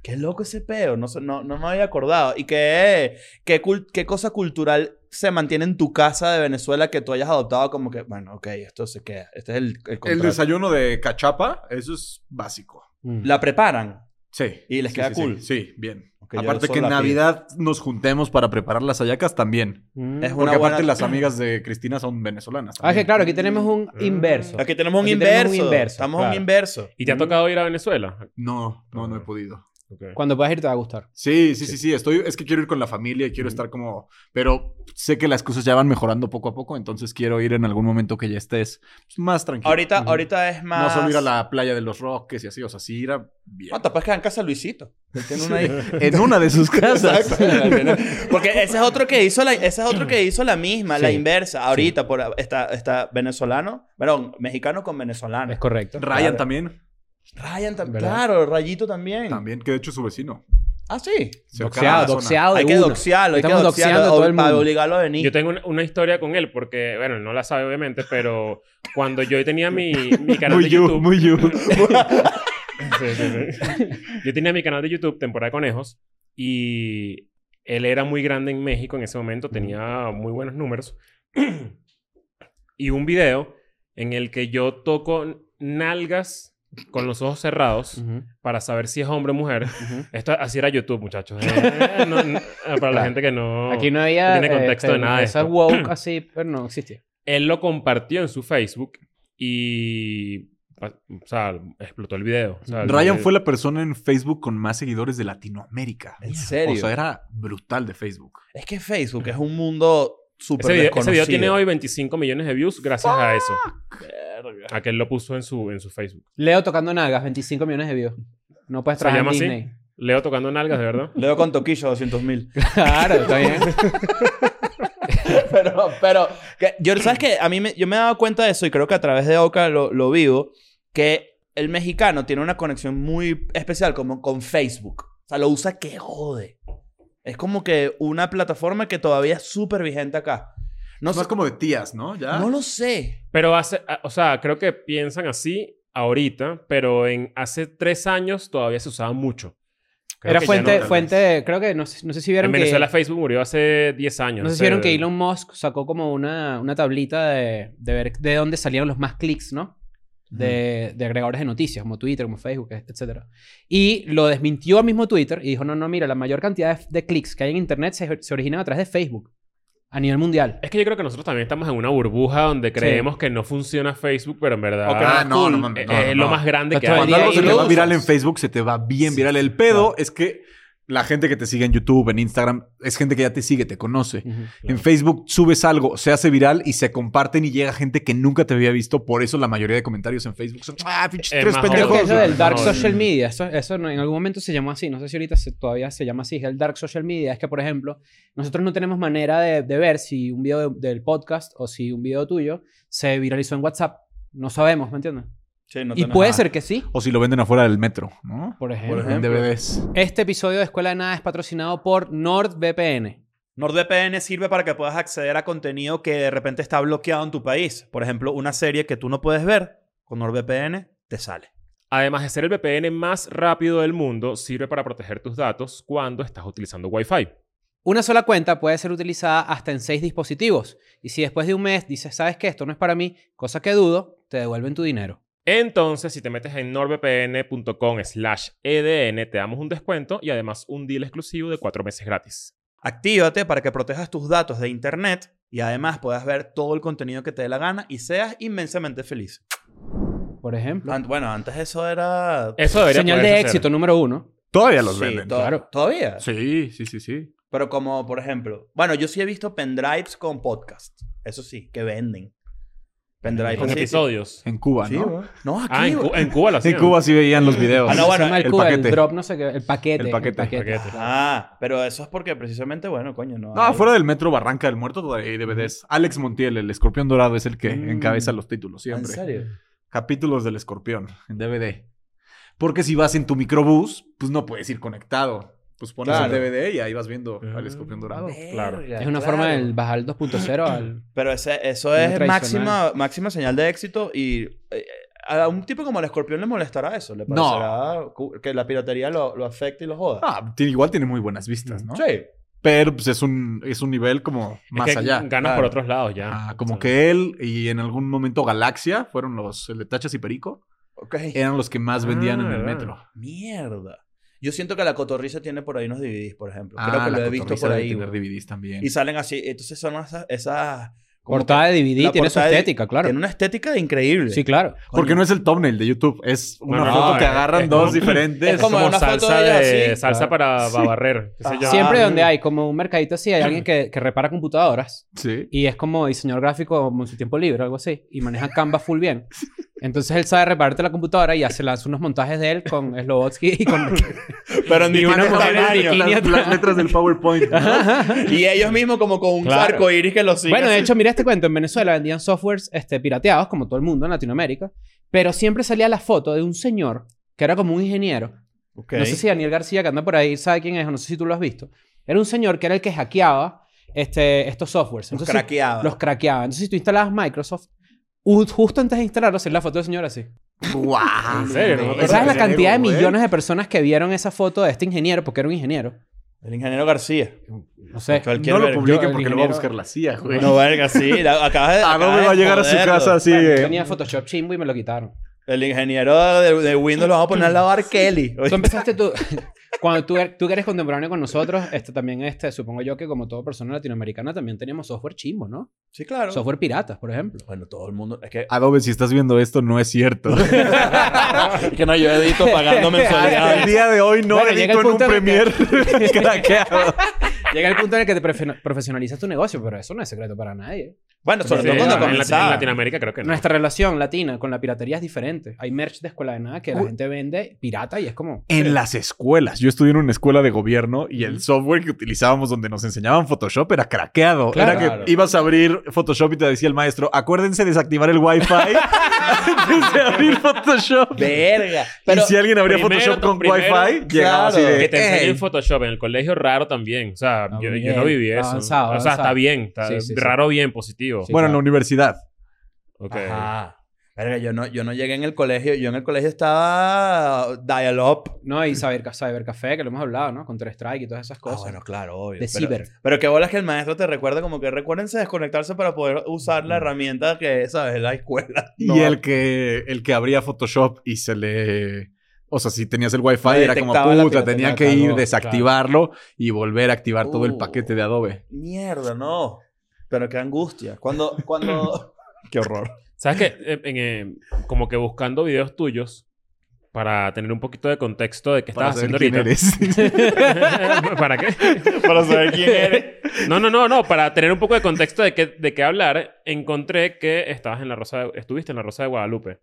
Speaker 5: Qué loco ese peo, no, sé- no, no me había acordado. ¿Y qué, qué, cul- qué cosa cultural se mantiene en tu casa de Venezuela que tú hayas adoptado como que, bueno, ok, esto se queda, este es el, el
Speaker 1: El
Speaker 5: contrato?
Speaker 1: desayuno de cachapa, eso es básico.
Speaker 2: Mm.
Speaker 5: La preparan.
Speaker 1: Sí.
Speaker 5: Y les
Speaker 1: Sí,
Speaker 5: queda
Speaker 1: sí, sí.
Speaker 5: cool.
Speaker 1: Sí, bien.
Speaker 5: Ok, yo
Speaker 1: aparte
Speaker 5: solo
Speaker 1: que en
Speaker 5: la pido.
Speaker 1: Navidad nos juntemos para preparar las ayacas también.
Speaker 2: Mm.
Speaker 5: Es una
Speaker 1: Porque aparte
Speaker 5: buena-
Speaker 1: las amigas de Cristina son venezolanas.
Speaker 2: Ah, es que
Speaker 1: también.
Speaker 2: claro, aquí tenemos un
Speaker 5: Mm.
Speaker 2: inverso.
Speaker 5: Aquí tenemos un
Speaker 2: Aquí
Speaker 5: inverso.
Speaker 2: tenemos un inverso,
Speaker 5: Estamos en
Speaker 2: claro.
Speaker 5: un inverso.
Speaker 3: ¿Y te ha tocado ir a Venezuela?
Speaker 1: No, no, no he podido.
Speaker 3: Ok.
Speaker 2: Cuando puedas ir te va a gustar.
Speaker 1: Sí, sí, sí, sí. Estoy, es que quiero ir con la familia y quiero estar como. Pero sé que las cosas ya van mejorando poco a poco, entonces quiero ir en algún momento que ya estés pues, más tranquilo.
Speaker 5: Ahorita,
Speaker 1: Ujú.
Speaker 5: ahorita es
Speaker 1: No
Speaker 5: más.
Speaker 1: solo ir a la playa de los Roques y así, o sea, sí ir a. bien.
Speaker 5: No, te puedes quedar en casa de Luisito. Él tiene una hija.
Speaker 1: En una de sus casas.
Speaker 5: Porque ese es otro que hizo la, ese es otro que hizo la misma, la
Speaker 2: Sí.
Speaker 5: inversa. Ahorita por, está, está venezolano, perdón, mexicano con venezolano.
Speaker 2: Es correcto.
Speaker 1: Ryan también.
Speaker 5: Ryan también.
Speaker 2: ¿Verdad?
Speaker 5: Claro, Rayito también.
Speaker 1: También, que de hecho es su vecino.
Speaker 5: Ah, sí.
Speaker 1: Cerca de la zona.
Speaker 2: Doxeado, doxeado. Ah, de
Speaker 5: Hay que
Speaker 2: una.
Speaker 5: doxiarlo, hay que
Speaker 2: Estamos
Speaker 5: doxiarlo
Speaker 2: doxeando a todo el
Speaker 5: para
Speaker 2: mundo.
Speaker 5: obligarlo a venir.
Speaker 3: Yo tengo una, una historia con él porque, bueno, él no la sabe obviamente, pero cuando yo tenía mi, mi canal
Speaker 1: Muy
Speaker 3: de
Speaker 1: you,
Speaker 3: YouTube...
Speaker 1: muy you.
Speaker 3: Sí, sí, sí. Yo tenía mi canal de YouTube, Temporada de Conejos, y él era muy grande en México en ese momento, tenía muy buenos números. y un video en el que yo toco nalgas con los ojos cerrados
Speaker 2: Ujú.
Speaker 3: para saber si es hombre o mujer. Esto así era YouTube, muchachos. Eh, no, no, para la gente que no...
Speaker 2: Aquí no había.
Speaker 3: No tiene contexto de nada de
Speaker 2: Esas
Speaker 3: esto.
Speaker 2: woke así, pero no existía.
Speaker 3: él lo compartió en su Facebook y. pues, O sea, explotó el video. O sea,
Speaker 1: Ryan
Speaker 3: el-
Speaker 1: fue la persona en Facebook con más seguidores de Latinoamérica.
Speaker 5: En serio.
Speaker 1: O sea, era brutal de Facebook.
Speaker 5: Es que Facebook es un mundo súper
Speaker 3: Ese video, ese
Speaker 5: desconocido.
Speaker 3: video tiene hoy 25 millones de views gracias a eso. A que él lo puso en su, en su Facebook.
Speaker 2: Leo tocando nalgas, 25 millones de views. No puedes
Speaker 3: ¿Se
Speaker 2: trabajar en
Speaker 3: llama así?
Speaker 2: Disney.
Speaker 3: Leo tocando nalgas, de verdad.
Speaker 5: Leo con toquillo 200 mil.
Speaker 2: Claro, está bien.
Speaker 5: pero, pero, que- yo, ¿sabes qué? A mí me, yo me he dado cuenta de eso y creo que a través de Oca lo, lo vivo, que el mexicano tiene una conexión muy especial como con Facebook. O sea, lo usa que jode. Es como que una plataforma que todavía es súper vigente acá. No,
Speaker 1: Es más
Speaker 5: sé-
Speaker 1: como de tías, ¿no? Ya.
Speaker 5: no lo sé.
Speaker 3: Pero hace. a- O sea, creo que piensan así ahorita, pero en hace tres años todavía se usaba mucho. Creo
Speaker 2: Era
Speaker 3: que ya
Speaker 2: fuente,
Speaker 3: no.
Speaker 2: fuente, de- creo que no, sé- no sé si vieron
Speaker 3: En
Speaker 2: que
Speaker 3: Venezuela Facebook murió hace 10 años.
Speaker 2: no sé si vieron que Elon Musk sacó como una, una tablita de, de ver de dónde salieron los más clics, ¿no? De, de agregadores de noticias, como Twitter, como Facebook, etc. Y lo desmintió al mismo Twitter y dijo, no, no, mira, la mayor cantidad de, de clics que hay en Internet se, se originan a través de Facebook, a nivel mundial.
Speaker 3: Es que yo creo que nosotros también estamos en una burbuja donde creemos que no funciona Facebook, pero en verdad.
Speaker 5: O que
Speaker 1: Ah, no, no,
Speaker 5: Cool.
Speaker 1: mames,
Speaker 3: Eh,
Speaker 1: no, no,
Speaker 3: es lo
Speaker 1: no.
Speaker 3: más grande
Speaker 2: Pero
Speaker 3: que
Speaker 2: todo el
Speaker 3: hay.
Speaker 1: Cuando algo se
Speaker 2: y
Speaker 1: te
Speaker 2: lo
Speaker 1: va viral en
Speaker 5: usas.
Speaker 1: Facebook, se te va bien viral. El pedo es que la gente que te sigue en YouTube, en Instagram, es gente que ya te sigue, te conoce.
Speaker 2: Ujú.
Speaker 1: En Facebook subes algo, se hace viral y se comparten y llega gente que nunca te había visto. Por eso la mayoría de comentarios en Facebook son ah, pinches
Speaker 3: Es
Speaker 1: tres
Speaker 3: más
Speaker 2: Creo
Speaker 1: pendejos.
Speaker 2: que
Speaker 3: joven.
Speaker 2: eso del dark
Speaker 3: No,
Speaker 2: social
Speaker 3: el-
Speaker 2: media, eso, eso no- en algún momento se llamó así, no sé si ahorita se- todavía se llama así, el dark social media es que, por ejemplo, nosotros no tenemos manera de, de ver si un video de- del podcast o si un video tuyo se viralizó en WhatsApp, no sabemos, ¿me entiendes?
Speaker 5: Sí, no
Speaker 2: y
Speaker 5: tenés
Speaker 2: puede
Speaker 5: nada.
Speaker 2: ser que sí,
Speaker 1: O si lo venden afuera del metro, ¿no?
Speaker 2: por ejemplo.
Speaker 5: Por
Speaker 1: En
Speaker 5: ejemplo.
Speaker 1: DVDs.
Speaker 2: Este episodio de Escuela de Nada es patrocinado por NordVPN.
Speaker 5: NordVPN sirve para que puedas acceder a contenido que de repente está bloqueado en tu país. Por ejemplo, una serie que tú no puedes ver, con NordVPN te sale.
Speaker 3: Además de ser el VPN más rápido del mundo, sirve para proteger tus datos cuando estás utilizando Wi-Fi.
Speaker 2: Una sola cuenta puede ser utilizada hasta en seis dispositivos y si después de un mes dices, sabes que esto no es para mí, cosa que dudo, te devuelven tu dinero.
Speaker 3: Entonces, si te metes en nordvpn.com slash edn, te damos un descuento y además un deal exclusivo de cuatro meses gratis.
Speaker 5: Actívate para que protejas tus datos de internet y además puedas ver todo el contenido que te dé la gana y seas inmensamente feliz.
Speaker 2: Por ejemplo.
Speaker 5: An- bueno, antes eso era...
Speaker 3: Eso debería
Speaker 2: Señal de
Speaker 3: poderse
Speaker 2: éxito
Speaker 3: hacer.
Speaker 2: número uno.
Speaker 1: Todavía los
Speaker 5: Sí,
Speaker 1: venden.
Speaker 5: to-
Speaker 2: claro.
Speaker 5: Todavía.
Speaker 1: Sí, sí, sí, sí.
Speaker 5: Pero como, por ejemplo, bueno, yo sí he visto pendrives con podcast. Eso sí, que venden. Pendrives
Speaker 3: Con episodios.
Speaker 1: En Cuba,
Speaker 5: Sí,
Speaker 1: ¿no?
Speaker 5: weón. No, aquí.
Speaker 3: Ah, en, Cu- en Cuba lo
Speaker 1: En
Speaker 3: hacían.
Speaker 1: Cuba sí veían los videos.
Speaker 5: Ah, no, bueno,
Speaker 2: Se llama el,
Speaker 1: el
Speaker 2: Cuba, el
Speaker 1: paquete.
Speaker 2: drop, no sé qué, el paquete.
Speaker 1: El paquete.
Speaker 3: Paquete.
Speaker 5: Ah, pero eso es porque precisamente, bueno, coño, no.
Speaker 1: No,
Speaker 5: hay-
Speaker 1: fuera del metro Barranca del Muerto todavía hay DVDs. Alex Montiel, el escorpión dorado, es el que
Speaker 5: Mm.
Speaker 1: encabeza los títulos
Speaker 5: ¿En
Speaker 1: siempre.
Speaker 5: serio?
Speaker 1: Capítulos del escorpión en DVD. Porque si vas en tu microbús, pues no puedes ir conectado. Pues pones
Speaker 5: Claro. Mm.
Speaker 1: el DVD y ahí vas viendo al
Speaker 3: Ah.
Speaker 1: escorpión dorado.
Speaker 3: Claro.
Speaker 5: Verga,
Speaker 2: Es una
Speaker 5: claro.
Speaker 2: forma del bajar al 2.0 al...
Speaker 5: Pero ese- eso
Speaker 2: Una
Speaker 5: es máxima,
Speaker 2: tradicional.
Speaker 5: máxima señal de éxito y eh, a un tipo como el escorpión le molestará eso. Le
Speaker 1: No.
Speaker 5: parecerá cu- que la piratería lo, lo afecte y lo joda.
Speaker 1: Ah, tiene- igual tiene muy buenas vistas, ¿no?
Speaker 5: Sí.
Speaker 1: Pero pues es un, es un nivel como
Speaker 3: Es
Speaker 1: más
Speaker 3: que
Speaker 1: allá.
Speaker 3: Ganas por
Speaker 5: claro.
Speaker 3: otros lados ya.
Speaker 1: Ah, como
Speaker 3: O sea,
Speaker 1: que él y en algún momento Galaxia fueron los, el de Tachas y Perico,
Speaker 5: Ok.
Speaker 2: Eh,
Speaker 1: eran los que más vendían
Speaker 3: Ah,
Speaker 1: en el
Speaker 3: ¿verdad?
Speaker 1: metro.
Speaker 5: Mierda. Yo siento que la cotorriza tiene por ahí unos DVDs, por ejemplo.
Speaker 1: Ah,
Speaker 5: Creo que
Speaker 1: la
Speaker 5: lo he visto
Speaker 1: cotorriza
Speaker 5: por
Speaker 1: debe
Speaker 5: ahí.
Speaker 1: tener
Speaker 5: güey.
Speaker 1: DVDs también.
Speaker 5: Y salen así. Entonces son esas, esas Como
Speaker 2: Portada
Speaker 5: que
Speaker 2: de DVD
Speaker 5: la
Speaker 2: tiene su
Speaker 5: portada de-
Speaker 2: estética, claro.
Speaker 5: Tiene una estética increíble.
Speaker 2: Sí, claro.
Speaker 1: Porque no es el thumbnail de YouTube. Es una
Speaker 3: No, no,
Speaker 1: foto
Speaker 3: no,
Speaker 1: que
Speaker 3: es-
Speaker 1: agarran
Speaker 3: es
Speaker 1: dos
Speaker 3: como-
Speaker 1: diferentes.
Speaker 5: es como una foto
Speaker 3: salsa
Speaker 5: de ellos así.
Speaker 3: salsa para para barrer. qué sé yo.
Speaker 2: Siempre
Speaker 5: Ah,
Speaker 2: donde
Speaker 5: mm.
Speaker 2: hay como un mercadito así, hay alguien que, que repara computadoras
Speaker 1: Sí.
Speaker 2: y es como diseñador gráfico como en su tiempo libre o algo así y maneja Canva full bien. Entonces él sabe repararte la computadora y hace lanza unos montajes de él con Slobotsky y con...
Speaker 5: Pero ni una
Speaker 1: Las-
Speaker 2: mujer en
Speaker 1: las-
Speaker 2: bikini
Speaker 1: las,
Speaker 2: atrás. Ah,
Speaker 1: las letras del PowerPoint. ¿no?
Speaker 5: Y ellos mismos como con un
Speaker 2: Claro.
Speaker 5: arco iris que los sigue.
Speaker 2: Bueno, de
Speaker 5: así.
Speaker 2: hecho, mira este cuento. En Venezuela vendían softwares este, pirateados, como todo el mundo en Latinoamérica, pero siempre salía la foto de un señor que era como un ingeniero.
Speaker 5: Ok.
Speaker 2: No sé si Daniel García, que anda por ahí, sabe quién es, o no sé si tú lo has visto. Era un señor que era el que hackeaba este, estos softwares.
Speaker 5: los
Speaker 2: Entonces, si-
Speaker 5: craqueaba.
Speaker 2: los craqueaba. Entonces, si tú instalabas Microsoft, u- justo antes de instalarlo, salía la foto del señor así.
Speaker 1: Guau.
Speaker 3: En serio, no me acuerdo.
Speaker 2: Esa es la
Speaker 3: Pero,
Speaker 2: cantidad de
Speaker 1: güey.
Speaker 2: millones de personas que vieron esa foto de este ingeniero, porque era un ingeniero.
Speaker 5: El ingeniero García.
Speaker 2: No sé.
Speaker 5: Cualquier
Speaker 1: No lo
Speaker 5: verga.
Speaker 2: Yo,
Speaker 1: publiquen
Speaker 2: el
Speaker 1: porque lo va a
Speaker 2: ingeniero-
Speaker 1: buscar la CIA, güey.
Speaker 5: No, verga, sí. la- acabas de,
Speaker 1: ¿A
Speaker 5: acabas
Speaker 1: dónde
Speaker 5: de
Speaker 1: Ah, va a llegar a su
Speaker 5: joderlo.
Speaker 1: casa así?
Speaker 2: Bueno, yo
Speaker 1: eh?
Speaker 2: tenía Photoshop chimbo y me lo quitaron.
Speaker 5: El ingeniero de, de Windows lo vamos a poner al lado de R. Kelly.
Speaker 2: Tú empezaste tú. Cuando tú, er- tú que eres contemporáneo con nosotros, este, también este, supongo yo que como toda persona latinoamericana también teníamos software chimbo, ¿no?
Speaker 5: Sí, claro.
Speaker 2: Software piratas, por ejemplo.
Speaker 5: Bueno, todo el mundo. Es que,
Speaker 1: Adobe, si estás viendo esto, no es cierto.
Speaker 5: es que no, yo edito pagando
Speaker 1: Al
Speaker 5: mensualidades.
Speaker 1: día de hoy no
Speaker 2: Bueno, llega
Speaker 1: edito
Speaker 2: el
Speaker 1: en un
Speaker 2: punto en el
Speaker 1: Premiere craqueado.
Speaker 2: Llega el punto en el que te prefe- profesionalizas tu negocio, pero eso no es secreto para nadie.
Speaker 5: bueno, sobre
Speaker 3: sí,
Speaker 5: todo cuando
Speaker 3: en Lati- en
Speaker 5: comenzaba.
Speaker 3: Latinoamérica creo que no.
Speaker 2: Nuestra relación latina con la piratería es diferente. Hay merch de escuela de nada que la gente vende pirata y es como...
Speaker 1: En las escuelas. Yo estudié en una escuela de gobierno y el software que utilizábamos donde nos enseñaban Photoshop era craqueado.
Speaker 2: Claro.
Speaker 1: Era que ibas a abrir Photoshop y te decía el maestro, acuérdense desactivar el Wi-Fi antes de abrir Photoshop.
Speaker 5: Verga.
Speaker 1: y si alguien abría
Speaker 3: primero,
Speaker 1: Photoshop con
Speaker 3: primero,
Speaker 1: Wi-Fi, llegaba así
Speaker 5: claro.
Speaker 1: de...
Speaker 3: Que te enseñen
Speaker 1: "Ey".
Speaker 3: Photoshop en el colegio, raro también. O sea,
Speaker 2: Ah,
Speaker 3: yo, yo
Speaker 2: bien.
Speaker 3: no viví eso.
Speaker 2: Avanzado,
Speaker 3: O sea,
Speaker 2: avanzado.
Speaker 3: está bien. está
Speaker 2: Sí, sí, sí.
Speaker 3: raro bien, positivo.
Speaker 2: Sí.
Speaker 1: bueno, en
Speaker 2: claro.
Speaker 1: la universidad.
Speaker 3: Ok.
Speaker 5: Ajá. Verga, yo no, yo no llegué en el colegio. Yo en el colegio estaba Ah, dial-up.
Speaker 2: No, y saber, saber café, que lo hemos hablado, ¿no? Counter Strike y todas esas
Speaker 5: Ah,
Speaker 2: cosas.
Speaker 5: bueno, claro, obvio.
Speaker 2: de
Speaker 5: pero-
Speaker 2: ciber.
Speaker 5: Pero qué bolas que el maestro te recuerda como que recuérdense desconectarse para poder usar la herramienta que sabes de la escuela.
Speaker 1: Y el que, el que abría Photoshop y se le... O sea, si tenías el Wi-Fi
Speaker 5: Le
Speaker 1: era como
Speaker 5: detectaba la
Speaker 1: puta,
Speaker 5: piratería,
Speaker 1: tenía que
Speaker 2: cagó,
Speaker 1: ir,
Speaker 2: claro.
Speaker 1: desactivarlo y volver a activar todo el
Speaker 5: Uh.
Speaker 1: paquete de Adobe.
Speaker 5: Mierda, no. Pero qué angustia. Cuando, cuando. qué horror.
Speaker 3: ¿Sabes qué? Eh, en, eh, como que buscando videos tuyos para tener un poquito de contexto de qué
Speaker 1: Para
Speaker 3: estabas
Speaker 1: saber
Speaker 3: haciendo
Speaker 1: quién
Speaker 3: ahorita.
Speaker 1: eres.
Speaker 3: ¿Para qué?
Speaker 5: Para saber quién eres.
Speaker 3: No, no, no, no. Para tener un poco de contexto de qué, de qué hablar, encontré que estabas en la Rosa de- estuviste en la Rosa de Guadalupe.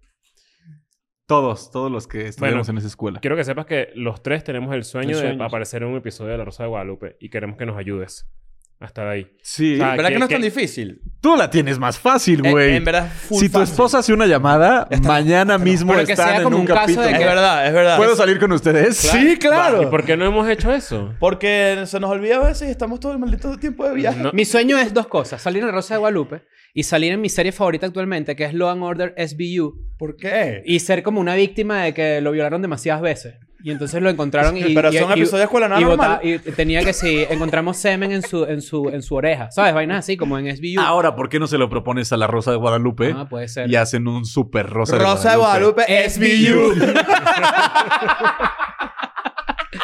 Speaker 1: Todos, todos los que estudiamos en esa escuela.
Speaker 3: Quiero que sepas que los tres tenemos el sueño
Speaker 5: El
Speaker 3: de
Speaker 5: sueño.
Speaker 3: aparecer en un episodio de La Rosa de Guadalupe y queremos que nos ayudes. Hasta ahí.
Speaker 1: Sí.
Speaker 3: Ah,
Speaker 5: ¿Verdad
Speaker 3: ¿qué-
Speaker 5: que no es
Speaker 3: qué-
Speaker 5: tan difícil?
Speaker 1: Tú la tienes más fácil,
Speaker 5: En-
Speaker 1: güey.
Speaker 5: En verdad, full
Speaker 1: si tu
Speaker 5: fácil.
Speaker 1: esposa hace una llamada, mañana mismo
Speaker 2: Pero que
Speaker 1: están
Speaker 2: sea
Speaker 1: en
Speaker 2: como
Speaker 1: un
Speaker 2: un caso
Speaker 1: capítulo.
Speaker 2: de
Speaker 5: Es
Speaker 2: que-
Speaker 5: verdad, es verdad.
Speaker 1: ¿Puedo salir con ustedes?
Speaker 5: Sí, claro.
Speaker 3: ¿Y por qué no hemos hecho eso?
Speaker 5: Porque se nos olvida a veces y estamos todo el maldito tiempo de viaje.
Speaker 3: No-
Speaker 2: Mi sueño es dos cosas: salir en La Rosa de Guadalupe y salir en mi serie favorita actualmente, que es Law and Order SBU,
Speaker 5: ¿Por qué?
Speaker 2: y ser como una víctima de que lo violaron demasiadas veces. Y entonces lo encontraron y.
Speaker 5: Pero
Speaker 2: y-
Speaker 5: son
Speaker 2: y-
Speaker 5: episodios con la nada
Speaker 2: y,
Speaker 5: normal.
Speaker 2: bota- y tenía que si encontramos semen en su, en su, en su oreja, ¿sabes? Vainas así como en SBU.
Speaker 5: Ah,
Speaker 1: Ahora, ¿por qué no se lo propones a la Rosa de Guadalupe?
Speaker 2: Ah, puede ser.
Speaker 1: y hacen un super Rosa,
Speaker 5: Rosa de Guadalupe, SBU.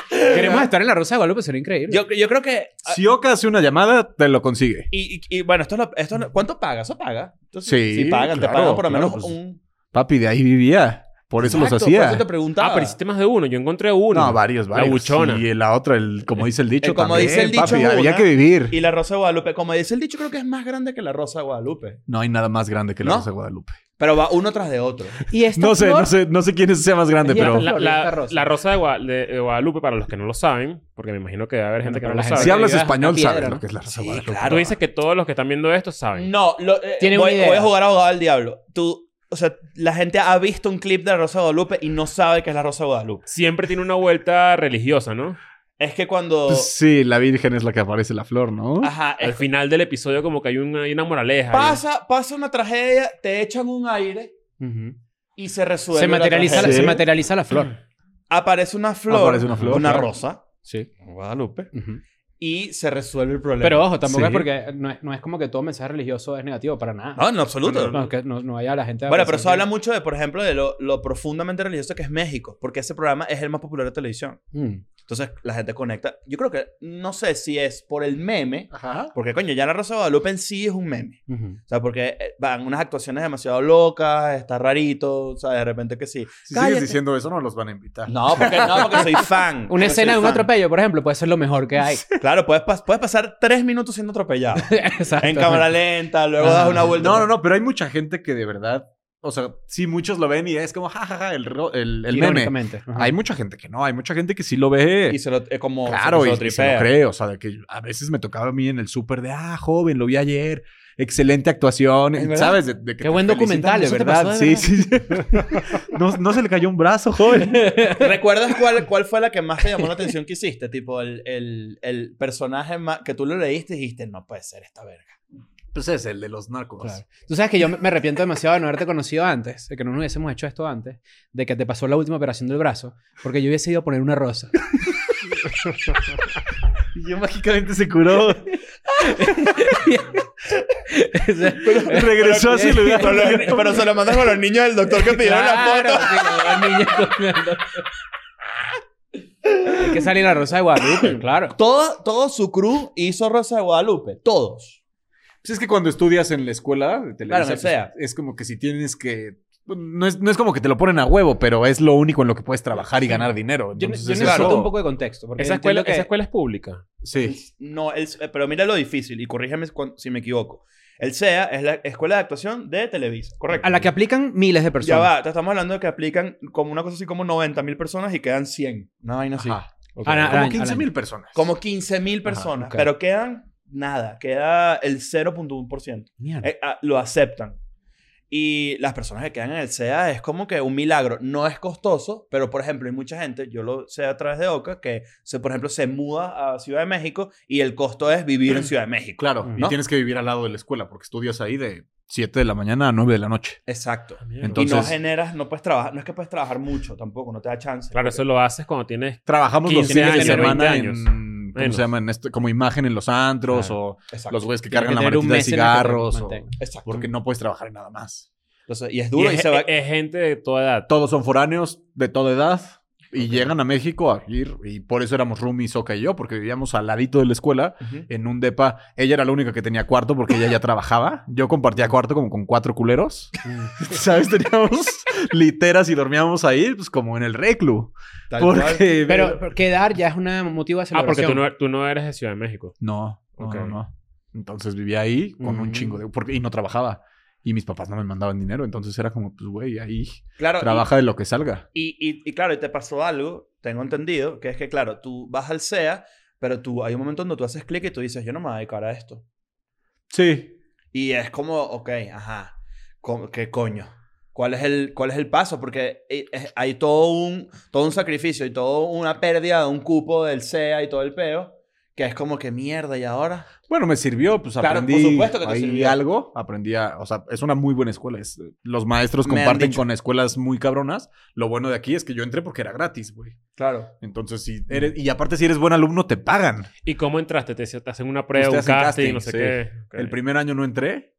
Speaker 2: Queremos estar en la Rosa de Guadalupe, sería increíble.
Speaker 5: Yo, yo creo que. ah,
Speaker 1: Si Oka hace una llamada, te lo consigue.
Speaker 5: Y, y- y, bueno, esto, es lo- esto es lo- ¿cuánto paga? ¿Eso paga? Entonces,
Speaker 1: Sí,
Speaker 5: sí, pagan, te
Speaker 1: claro,
Speaker 5: pagan por lo
Speaker 1: claro,
Speaker 5: menos
Speaker 1: pues,
Speaker 5: un.
Speaker 1: Papi, de ahí vivía. Por eso
Speaker 5: Exacto,
Speaker 1: los
Speaker 5: Por eso te
Speaker 1: hacía.
Speaker 5: preguntaba.
Speaker 3: Ah, pero hiciste más de uno. Yo encontré uno.
Speaker 1: No, varios,
Speaker 3: La
Speaker 1: varios.
Speaker 3: buchona.
Speaker 1: Y la otra, el, como dice el dicho.
Speaker 5: Eh, como
Speaker 1: también,
Speaker 5: dice el dicho,
Speaker 1: Papi,
Speaker 5: es
Speaker 1: había
Speaker 5: una-
Speaker 1: que vivir.
Speaker 5: Y la Rosa de Guadalupe, como dice el dicho, creo que es más grande que la Rosa de Guadalupe.
Speaker 1: No hay nada más grande que la
Speaker 5: ¿No?
Speaker 1: Rosa de Guadalupe.
Speaker 5: Pero va uno tras de otro.
Speaker 2: Y esta
Speaker 1: No sé,
Speaker 2: flor-
Speaker 1: no sé, no sé quién sea más grande,
Speaker 2: Y esta
Speaker 1: pero.
Speaker 3: La, la-
Speaker 2: Esta rosa.
Speaker 3: la rosa de, Gua- de- de Guadalupe, para los que no lo saben, porque me imagino que debe haber gente
Speaker 2: Bueno, pero
Speaker 3: que no lo
Speaker 2: la
Speaker 3: sabe.
Speaker 2: gente-
Speaker 1: Si hablas
Speaker 2: Una
Speaker 1: español,
Speaker 2: piedra,
Speaker 1: sabes
Speaker 2: ¿no?
Speaker 1: lo que es la Rosa de
Speaker 5: Sí,
Speaker 1: Guadalupe.
Speaker 5: claro.
Speaker 3: Tú dices que todos los que están viendo esto saben.
Speaker 5: No, lo, eh,
Speaker 2: Tiene
Speaker 5: voy,
Speaker 2: una idea.
Speaker 5: voy a jugar abogado al diablo. Tú, o sea, la gente ha visto un clip de la Rosa de Guadalupe y no sabe que es la Rosa de Guadalupe.
Speaker 3: Siempre tiene una vuelta religiosa, ¿no?
Speaker 5: Es que cuando.
Speaker 1: Sí, la Virgen es la que aparece la flor, ¿no?
Speaker 5: Ajá,
Speaker 3: Al
Speaker 5: es-
Speaker 3: final del episodio como que hay una, hay una moraleja.
Speaker 5: pasa, pasa una tragedia, te echan un aire
Speaker 2: Ujú.
Speaker 5: y se resuelve.
Speaker 2: se,
Speaker 5: la
Speaker 2: materializa la,
Speaker 5: tragedia.
Speaker 1: Sí.
Speaker 2: se materializa la flor.
Speaker 5: Aparece una flor.
Speaker 1: Aparece una flor, claro.
Speaker 5: rosa.
Speaker 2: Sí.
Speaker 5: Guadalupe.
Speaker 2: Ujú.
Speaker 5: Y se resuelve el problema.
Speaker 2: Pero ojo, tampoco
Speaker 1: Sí.
Speaker 2: es porque no es, no es como que todo mensaje religioso es negativo para nada.
Speaker 5: Ah, No, en absoluto.
Speaker 2: No, que no, no haya la gente.
Speaker 5: Bueno, pero eso habla mucho de, por ejemplo, de lo, lo profundamente religioso que es México, porque ese programa es el más popular de televisión.
Speaker 2: Mm.
Speaker 5: Entonces, Entonces la gente conecta. Yo creo que, no sé si es por el meme,
Speaker 1: Ajá.
Speaker 5: porque coño, ya la Rosa de Guadalupe en sí es un meme.
Speaker 2: Ujú.
Speaker 5: O sea, porque eh, van unas actuaciones demasiado locas, está rarito, o sea, de repente que sí.
Speaker 1: Si
Speaker 5: Cállate.
Speaker 1: sigues diciendo eso, no los van a invitar.
Speaker 5: No, porque, no, porque soy fan.
Speaker 2: Una
Speaker 5: Porque
Speaker 2: escena
Speaker 5: soy
Speaker 2: de un
Speaker 5: fan.
Speaker 2: atropello, por ejemplo, puede ser lo mejor que hay.
Speaker 5: Claro, puedes, pas- puedes pasar tres minutos siendo atropellado.
Speaker 2: Exacto.
Speaker 5: en cámara lenta, luego
Speaker 2: Ajá.
Speaker 5: das una vuelta.
Speaker 1: No, no, no, pero hay mucha gente que de verdad, o sea, sí, muchos lo ven y es como, jajaja, el, ro- el, el meme.
Speaker 2: Irónicamente. Ajá.
Speaker 1: Hay mucha gente que no, hay mucha gente que sí lo ve.
Speaker 5: Y se lo, es como,
Speaker 1: claro,
Speaker 5: se
Speaker 1: y,
Speaker 5: lo
Speaker 1: y se
Speaker 5: tripea.
Speaker 1: lo cree. O sea, de que a veces me tocaba a mí en el súper de, ah, joven, lo vi ayer. Excelente actuación.
Speaker 5: ¿Es
Speaker 1: y
Speaker 5: verdad?
Speaker 1: ¿Sabes? De, de que
Speaker 2: Qué
Speaker 1: te
Speaker 2: buen
Speaker 1: felicitan,
Speaker 2: documental, de
Speaker 1: "Eso te
Speaker 2: verdad,
Speaker 1: pasó Sí,
Speaker 2: de
Speaker 1: sí. sí. no, no se le cayó un brazo, joven.
Speaker 5: ¿Recuerdas cuál, cuál fue la que más te llamó la atención que hiciste? Tipo, el, el, el personaje más, que tú lo leíste y dijiste, no puede ser esta verga.
Speaker 1: Pues es el de los narcos.
Speaker 2: Claro. Tú sabes que yo me me arrepiento demasiado de no haberte conocido antes, de que no nos hubiésemos hecho esto antes, de que te pasó la última operación del brazo, porque yo hubiese ido a poner una rosa.
Speaker 1: Y yo mágicamente se curó.
Speaker 2: O sea,
Speaker 1: Regresó a su lugar.
Speaker 5: Pero, lo- pero se lo mandas con los niños del doctor que pidieron
Speaker 2: claro,
Speaker 5: la foto.
Speaker 2: sí, los dos niños con el dolor. Hay que salir la rosa de Guadalupe, claro.
Speaker 5: Todo, todo su crew hizo Rosa de Guadalupe. Todos.
Speaker 1: Pues es que cuando estudias en la escuela de televisión,
Speaker 5: Claro, o sea.
Speaker 1: es como que si tienes que. No es, no es como que te lo ponen a huevo, pero es lo único en lo que puedes trabajar y ganar dinero.
Speaker 2: Yo, ne-
Speaker 1: Entonces,
Speaker 2: yo
Speaker 1: es
Speaker 2: necesito
Speaker 1: eso.
Speaker 2: un poco de contexto. Porque
Speaker 3: Esa
Speaker 2: entiendo
Speaker 3: escuela,
Speaker 2: que-
Speaker 3: esa escuela es pública.
Speaker 1: Sí.
Speaker 5: No, el- eh, pero mira lo difícil y corrígeme cuan- si me equivoco. El SEA es la Escuela de Actuación de Televisa. Correcto.
Speaker 2: a la que aplican miles de
Speaker 5: Ya
Speaker 2: personas.
Speaker 5: va, te estamos hablando de que aplican como una cosa así como 90 mil personas y quedan 100. Una vaina así.
Speaker 1: Ajá.
Speaker 3: Ok.
Speaker 2: Ah, no.
Speaker 1: Como
Speaker 2: Araña,
Speaker 1: 15 mil personas.
Speaker 5: Como 15 mil
Speaker 1: Ajá,
Speaker 5: personas,
Speaker 2: ok.
Speaker 5: pero quedan nada, queda el 0.1%.
Speaker 2: Mierda.
Speaker 5: Eh, ah, lo aceptan. Y las personas que quedan en el SEA es como que un milagro. No es costoso, pero por ejemplo, hay mucha gente, yo lo sé a través de OCA, que se, por ejemplo se muda a Ciudad de México y el costo es vivir en Ciudad de México.
Speaker 1: Claro,
Speaker 2: Mm.
Speaker 1: y
Speaker 5: ¿No?
Speaker 1: tienes que vivir al lado de la escuela porque estudias ahí de 7 de la mañana a 9 de la noche.
Speaker 5: Exacto.
Speaker 1: Entonces-
Speaker 5: y no generas, no puedes trabajar, no es que puedes trabajar mucho tampoco, no te da chance.
Speaker 3: Claro, eso lo haces cuando tienes.
Speaker 1: Trabajamos los
Speaker 3: 15
Speaker 1: fines de
Speaker 3: años, 20
Speaker 1: semana
Speaker 3: años.
Speaker 1: en. ¿Cómo
Speaker 3: Menos.
Speaker 1: se llama? En esto- como imagen en los antros o
Speaker 5: Exacto.
Speaker 1: los güeyes que
Speaker 2: Tiene
Speaker 1: cargan
Speaker 2: que
Speaker 1: la
Speaker 2: tener un
Speaker 1: maletita de
Speaker 2: mes en el que te
Speaker 1: cigarros. o-
Speaker 2: mantenga.
Speaker 5: Exacto.
Speaker 1: porque no puedes trabajar en nada más.
Speaker 5: Entonces, y es
Speaker 3: Y
Speaker 5: duro y,
Speaker 3: es, eh,
Speaker 5: se va.
Speaker 3: es- es gente de toda edad.
Speaker 1: todos son foráneos de toda edad y llegan a México a ir y por eso éramos Rumi, Soca y yo, porque vivíamos al ladito de la escuela
Speaker 5: Ujú.
Speaker 1: en un depa. Ella era la única que tenía cuarto porque ella ya trabajaba. Yo compartía cuarto como con cuatro culeros. ¿Sabes? Teníamos literas y dormíamos ahí pues como en el reclu.
Speaker 5: Tal cual.
Speaker 1: Porque
Speaker 2: Pero pero quedar ya es una motivo de
Speaker 3: Ah, porque
Speaker 2: celebración.
Speaker 3: tú no, tú no eres de Ciudad de México.
Speaker 1: no, no,
Speaker 3: Ok.
Speaker 1: no, no. Entonces vivía ahí con un
Speaker 2: Mm.
Speaker 1: chingo de porque y no trabajaba y mis papás no me mandaban dinero, entonces era como pues güey, ahí
Speaker 5: Claro, Ah, y-
Speaker 1: trabaja de lo que salga.
Speaker 5: Y, y, y claro, y te pasó algo, tengo entendido, que es que claro, tú vas al SEA, pero tú hay un momento donde tú haces clic y tú dices, yo no me voy a dedicar a esto.
Speaker 1: Sí,
Speaker 5: Y es como, ok, ajá, co- ¿qué coño? ¿Cuál es el, cuál es el paso? Porque eh, es- hay todo un, todo un sacrificio y toda una pérdida de un cupo del SEA y todo el peo, que es como que mierda, ¿y ahora?
Speaker 1: Bueno, me sirvió, pues
Speaker 5: Claro, por
Speaker 1: aprendí
Speaker 5: supuesto que te
Speaker 1: ahí
Speaker 5: sirvió.
Speaker 1: algo, aprendí a, o sea, es una muy buena escuela, es- los maestros
Speaker 5: Me han
Speaker 1: comparten
Speaker 5: dicho.
Speaker 1: con escuelas muy cabronas, lo bueno de aquí es que yo entré porque era gratis, güey.
Speaker 5: Claro.
Speaker 1: Entonces, si eres, y aparte si eres buen alumno, te pagan.
Speaker 3: ¿Y cómo entraste? ¿Te, te hacen una prueba, un
Speaker 1: Te
Speaker 3: casting,
Speaker 1: hacen
Speaker 3: no sé
Speaker 1: casting,
Speaker 3: qué? Ok.
Speaker 1: El primer año no entré,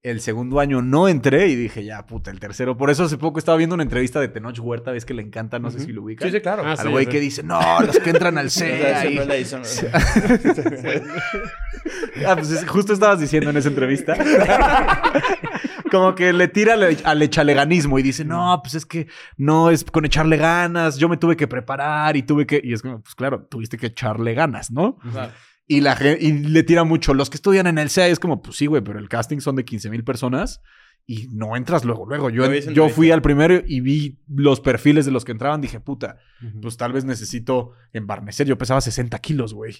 Speaker 1: el segundo año no entré y dije, ya, puta, el tercero. Por eso hace poco estaba viendo una entrevista de Tenoch Huerta, ves que le encanta, no sé
Speaker 3: Ujú.
Speaker 1: si lo ubica.
Speaker 5: Sí, sí, claro.
Speaker 3: Ah,
Speaker 1: Al
Speaker 3: sí,
Speaker 1: güey
Speaker 3: sí.
Speaker 1: que dice, no, los que entran al
Speaker 5: O sea,
Speaker 1: C.
Speaker 5: siempre
Speaker 1: ahí".
Speaker 5: le dicen-
Speaker 1: Ah, pues es- justo estabas diciendo en esa entrevista. Como que le tira al, al echaleganismo y dice, no, pues es que no es con echarle ganas, yo me tuve que preparar y tuve que... Y es como, pues claro, tuviste que echarle ganas, ¿no?
Speaker 5: Claro.
Speaker 1: Y, la, gen- y le tira mucho. Los que estudian en el CEA y es como, pues sí, güey, pero el casting son de 15 mil personas y no entras luego, luego. Yo,
Speaker 5: No ves
Speaker 1: yo fui
Speaker 5: entrevista.
Speaker 1: al primero y vi los perfiles de los que entraban, dije, puta,
Speaker 2: Ujú.
Speaker 1: pues tal vez necesito embarnecer. Yo pesaba 60 kilos, güey.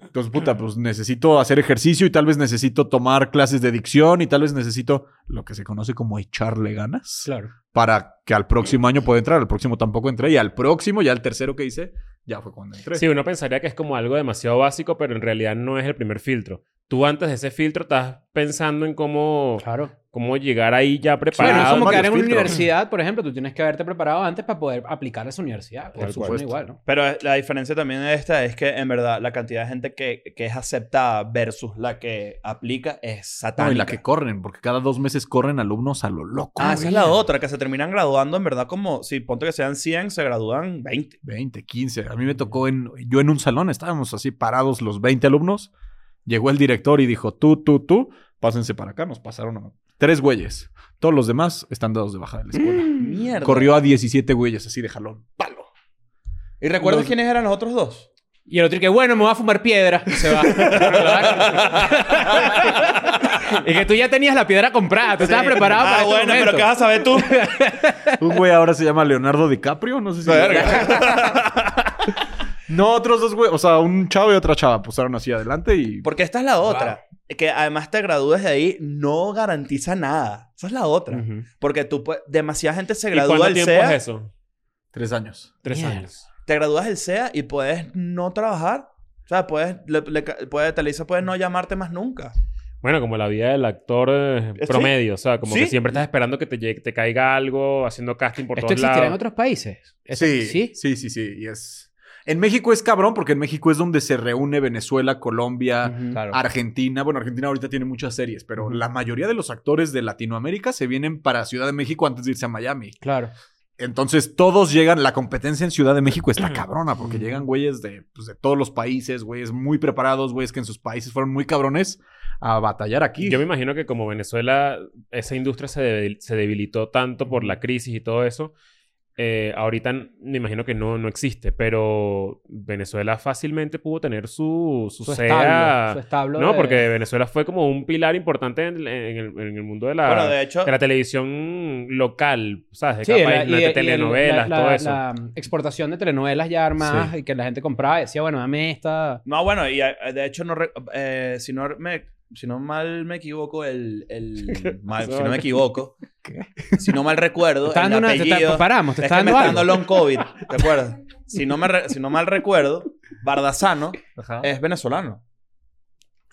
Speaker 1: Entonces, puta, pues necesito hacer ejercicio y tal vez necesito tomar clases de dicción y tal vez necesito lo que se conoce como echarle ganas
Speaker 2: Claro.
Speaker 1: para que al próximo año pueda entrar. Al próximo tampoco entré y al próximo, ya el tercero que hice, ya fue cuando entré.
Speaker 3: Sí, uno pensaría que es como algo demasiado básico, pero en realidad no es el primer filtro. Tú antes de ese filtro estás pensando en cómo,
Speaker 2: Claro.
Speaker 3: cómo llegar ahí ya preparado.
Speaker 2: bueno, es como
Speaker 1: varios
Speaker 2: quedar en una
Speaker 1: filtros.
Speaker 2: universidad, por ejemplo, tú tienes que haberte preparado antes para poder aplicar a esa universidad. Por
Speaker 3: Tal
Speaker 2: supuesto,
Speaker 3: cual.
Speaker 2: igual, ¿no?
Speaker 5: Pero es- la diferencia también de esta es que en verdad la cantidad de gente que, que es aceptada versus la que aplica es
Speaker 1: No,
Speaker 5: satánica.
Speaker 1: y la que corren, porque cada dos meses corren alumnos a lo loco.
Speaker 5: Ah, esa es la otra, que se terminan graduando en verdad como si ponte que sean 100, se gradúan 20.
Speaker 1: 20, 15. A mí me tocó en. Yo en un salón estábamos así parados los 20 alumnos. Llegó el director y dijo: tú, tú, tú, pásense para acá. Nos pasaron a tres güeyes. Todos los demás están dados de baja de la escuela.
Speaker 5: Mm, Mierda.
Speaker 1: Mm. Corrió a 17 güeyes así de jalón. ¡Palo!
Speaker 5: ¿Y recuerdas
Speaker 1: Los-
Speaker 5: quiénes eran los otros dos?
Speaker 2: Y el otro que, bueno, me voy a fumar piedra. Y se va. Claro. y que tú ya tenías la piedra comprada. Tú estabas preparado para
Speaker 5: Ah,
Speaker 2: este
Speaker 5: bueno,
Speaker 2: momento.
Speaker 5: pero ¿qué vas a saber tú?
Speaker 1: Un güey ahora se llama Leonardo DiCaprio. No sé si. no, otros dos güeyes. O sea, un chavo y otra chava pusieron así adelante y.
Speaker 5: Porque esta es la otra. Que además te gradúes de ahí no garantiza nada. Esa es la otra.
Speaker 3: Ujú.
Speaker 5: Porque tú, pues, demasiada gente se
Speaker 3: ¿Y cuánto
Speaker 5: gradúa del
Speaker 3: tiempo
Speaker 5: SEA.
Speaker 3: es eso?
Speaker 1: Tres años.
Speaker 3: Tres
Speaker 2: Mierda.
Speaker 3: años.
Speaker 5: Te gradúas del SEA y puedes no trabajar. O sea, puedes, le, le ca- puede, Televisa puede no llamarte más nunca.
Speaker 3: Bueno, como la vida del actor eh,
Speaker 5: ¿Sí?
Speaker 3: promedio. O sea, como que
Speaker 5: ¿Sí?
Speaker 3: siempre estás esperando que te, llegue- te caiga algo, haciendo casting por
Speaker 2: ¿Esto
Speaker 3: todos
Speaker 2: existirá en
Speaker 3: lados.
Speaker 2: otros países? ¿Eso-
Speaker 1: Sí, sí, sí, sí, Y es. En México es cabrón porque en México es donde se reúne Venezuela,
Speaker 3: Ah.
Speaker 1: Colombia,
Speaker 2: Ujú.
Speaker 1: Argentina. Bueno, Argentina ahorita tiene muchas series, pero la mayoría de los actores de Latinoamérica se vienen para Ciudad de México antes de irse a Miami.
Speaker 2: Claro.
Speaker 1: Entonces todos llegan, la competencia en Ciudad de México está cabrona porque llegan güeyes de, pues, de todos los países, güeyes muy preparados, güeyes que en sus países fueron muy cabrones a batallar aquí.
Speaker 3: Yo me imagino que como Venezuela, esa industria se, debil- se debilitó tanto por la crisis y todo eso, eh, ahorita n- me imagino que no, no existe, pero Venezuela fácilmente pudo tener su, su,
Speaker 2: Su
Speaker 3: SEA.
Speaker 2: establo. Su establo
Speaker 3: No,
Speaker 2: de-
Speaker 3: porque Venezuela fue como un pilar importante en, el- en el, en el mundo de la,
Speaker 5: Bueno, de hecho,
Speaker 3: de la televisión local, ¿sabes? De
Speaker 2: Sí,
Speaker 3: cada
Speaker 2: la-
Speaker 3: país,
Speaker 2: y-
Speaker 3: de
Speaker 2: y el-
Speaker 3: telenovelas,
Speaker 2: la-
Speaker 3: todo
Speaker 2: la-
Speaker 3: eso.
Speaker 2: La exportación de telenovelas ya armadas
Speaker 1: Sí.
Speaker 2: y que la gente compraba y decía, bueno, dame esta.
Speaker 5: no, bueno, y eh, de hecho, no, re- eh, si, no me, si no mal me equivoco, el. el mal- si no me equivoco. Si no mal recuerdo.
Speaker 2: Te está
Speaker 5: el
Speaker 2: dando una. te está-
Speaker 5: apellido-
Speaker 2: paramos, te
Speaker 5: Es
Speaker 2: está
Speaker 5: que me
Speaker 2: dando
Speaker 5: está
Speaker 2: algo.
Speaker 5: dando long COVID, ¿te acuerdas? Si no, me re- si no mal recuerdo, Bardazano
Speaker 1: Eh,
Speaker 5: es venezolano.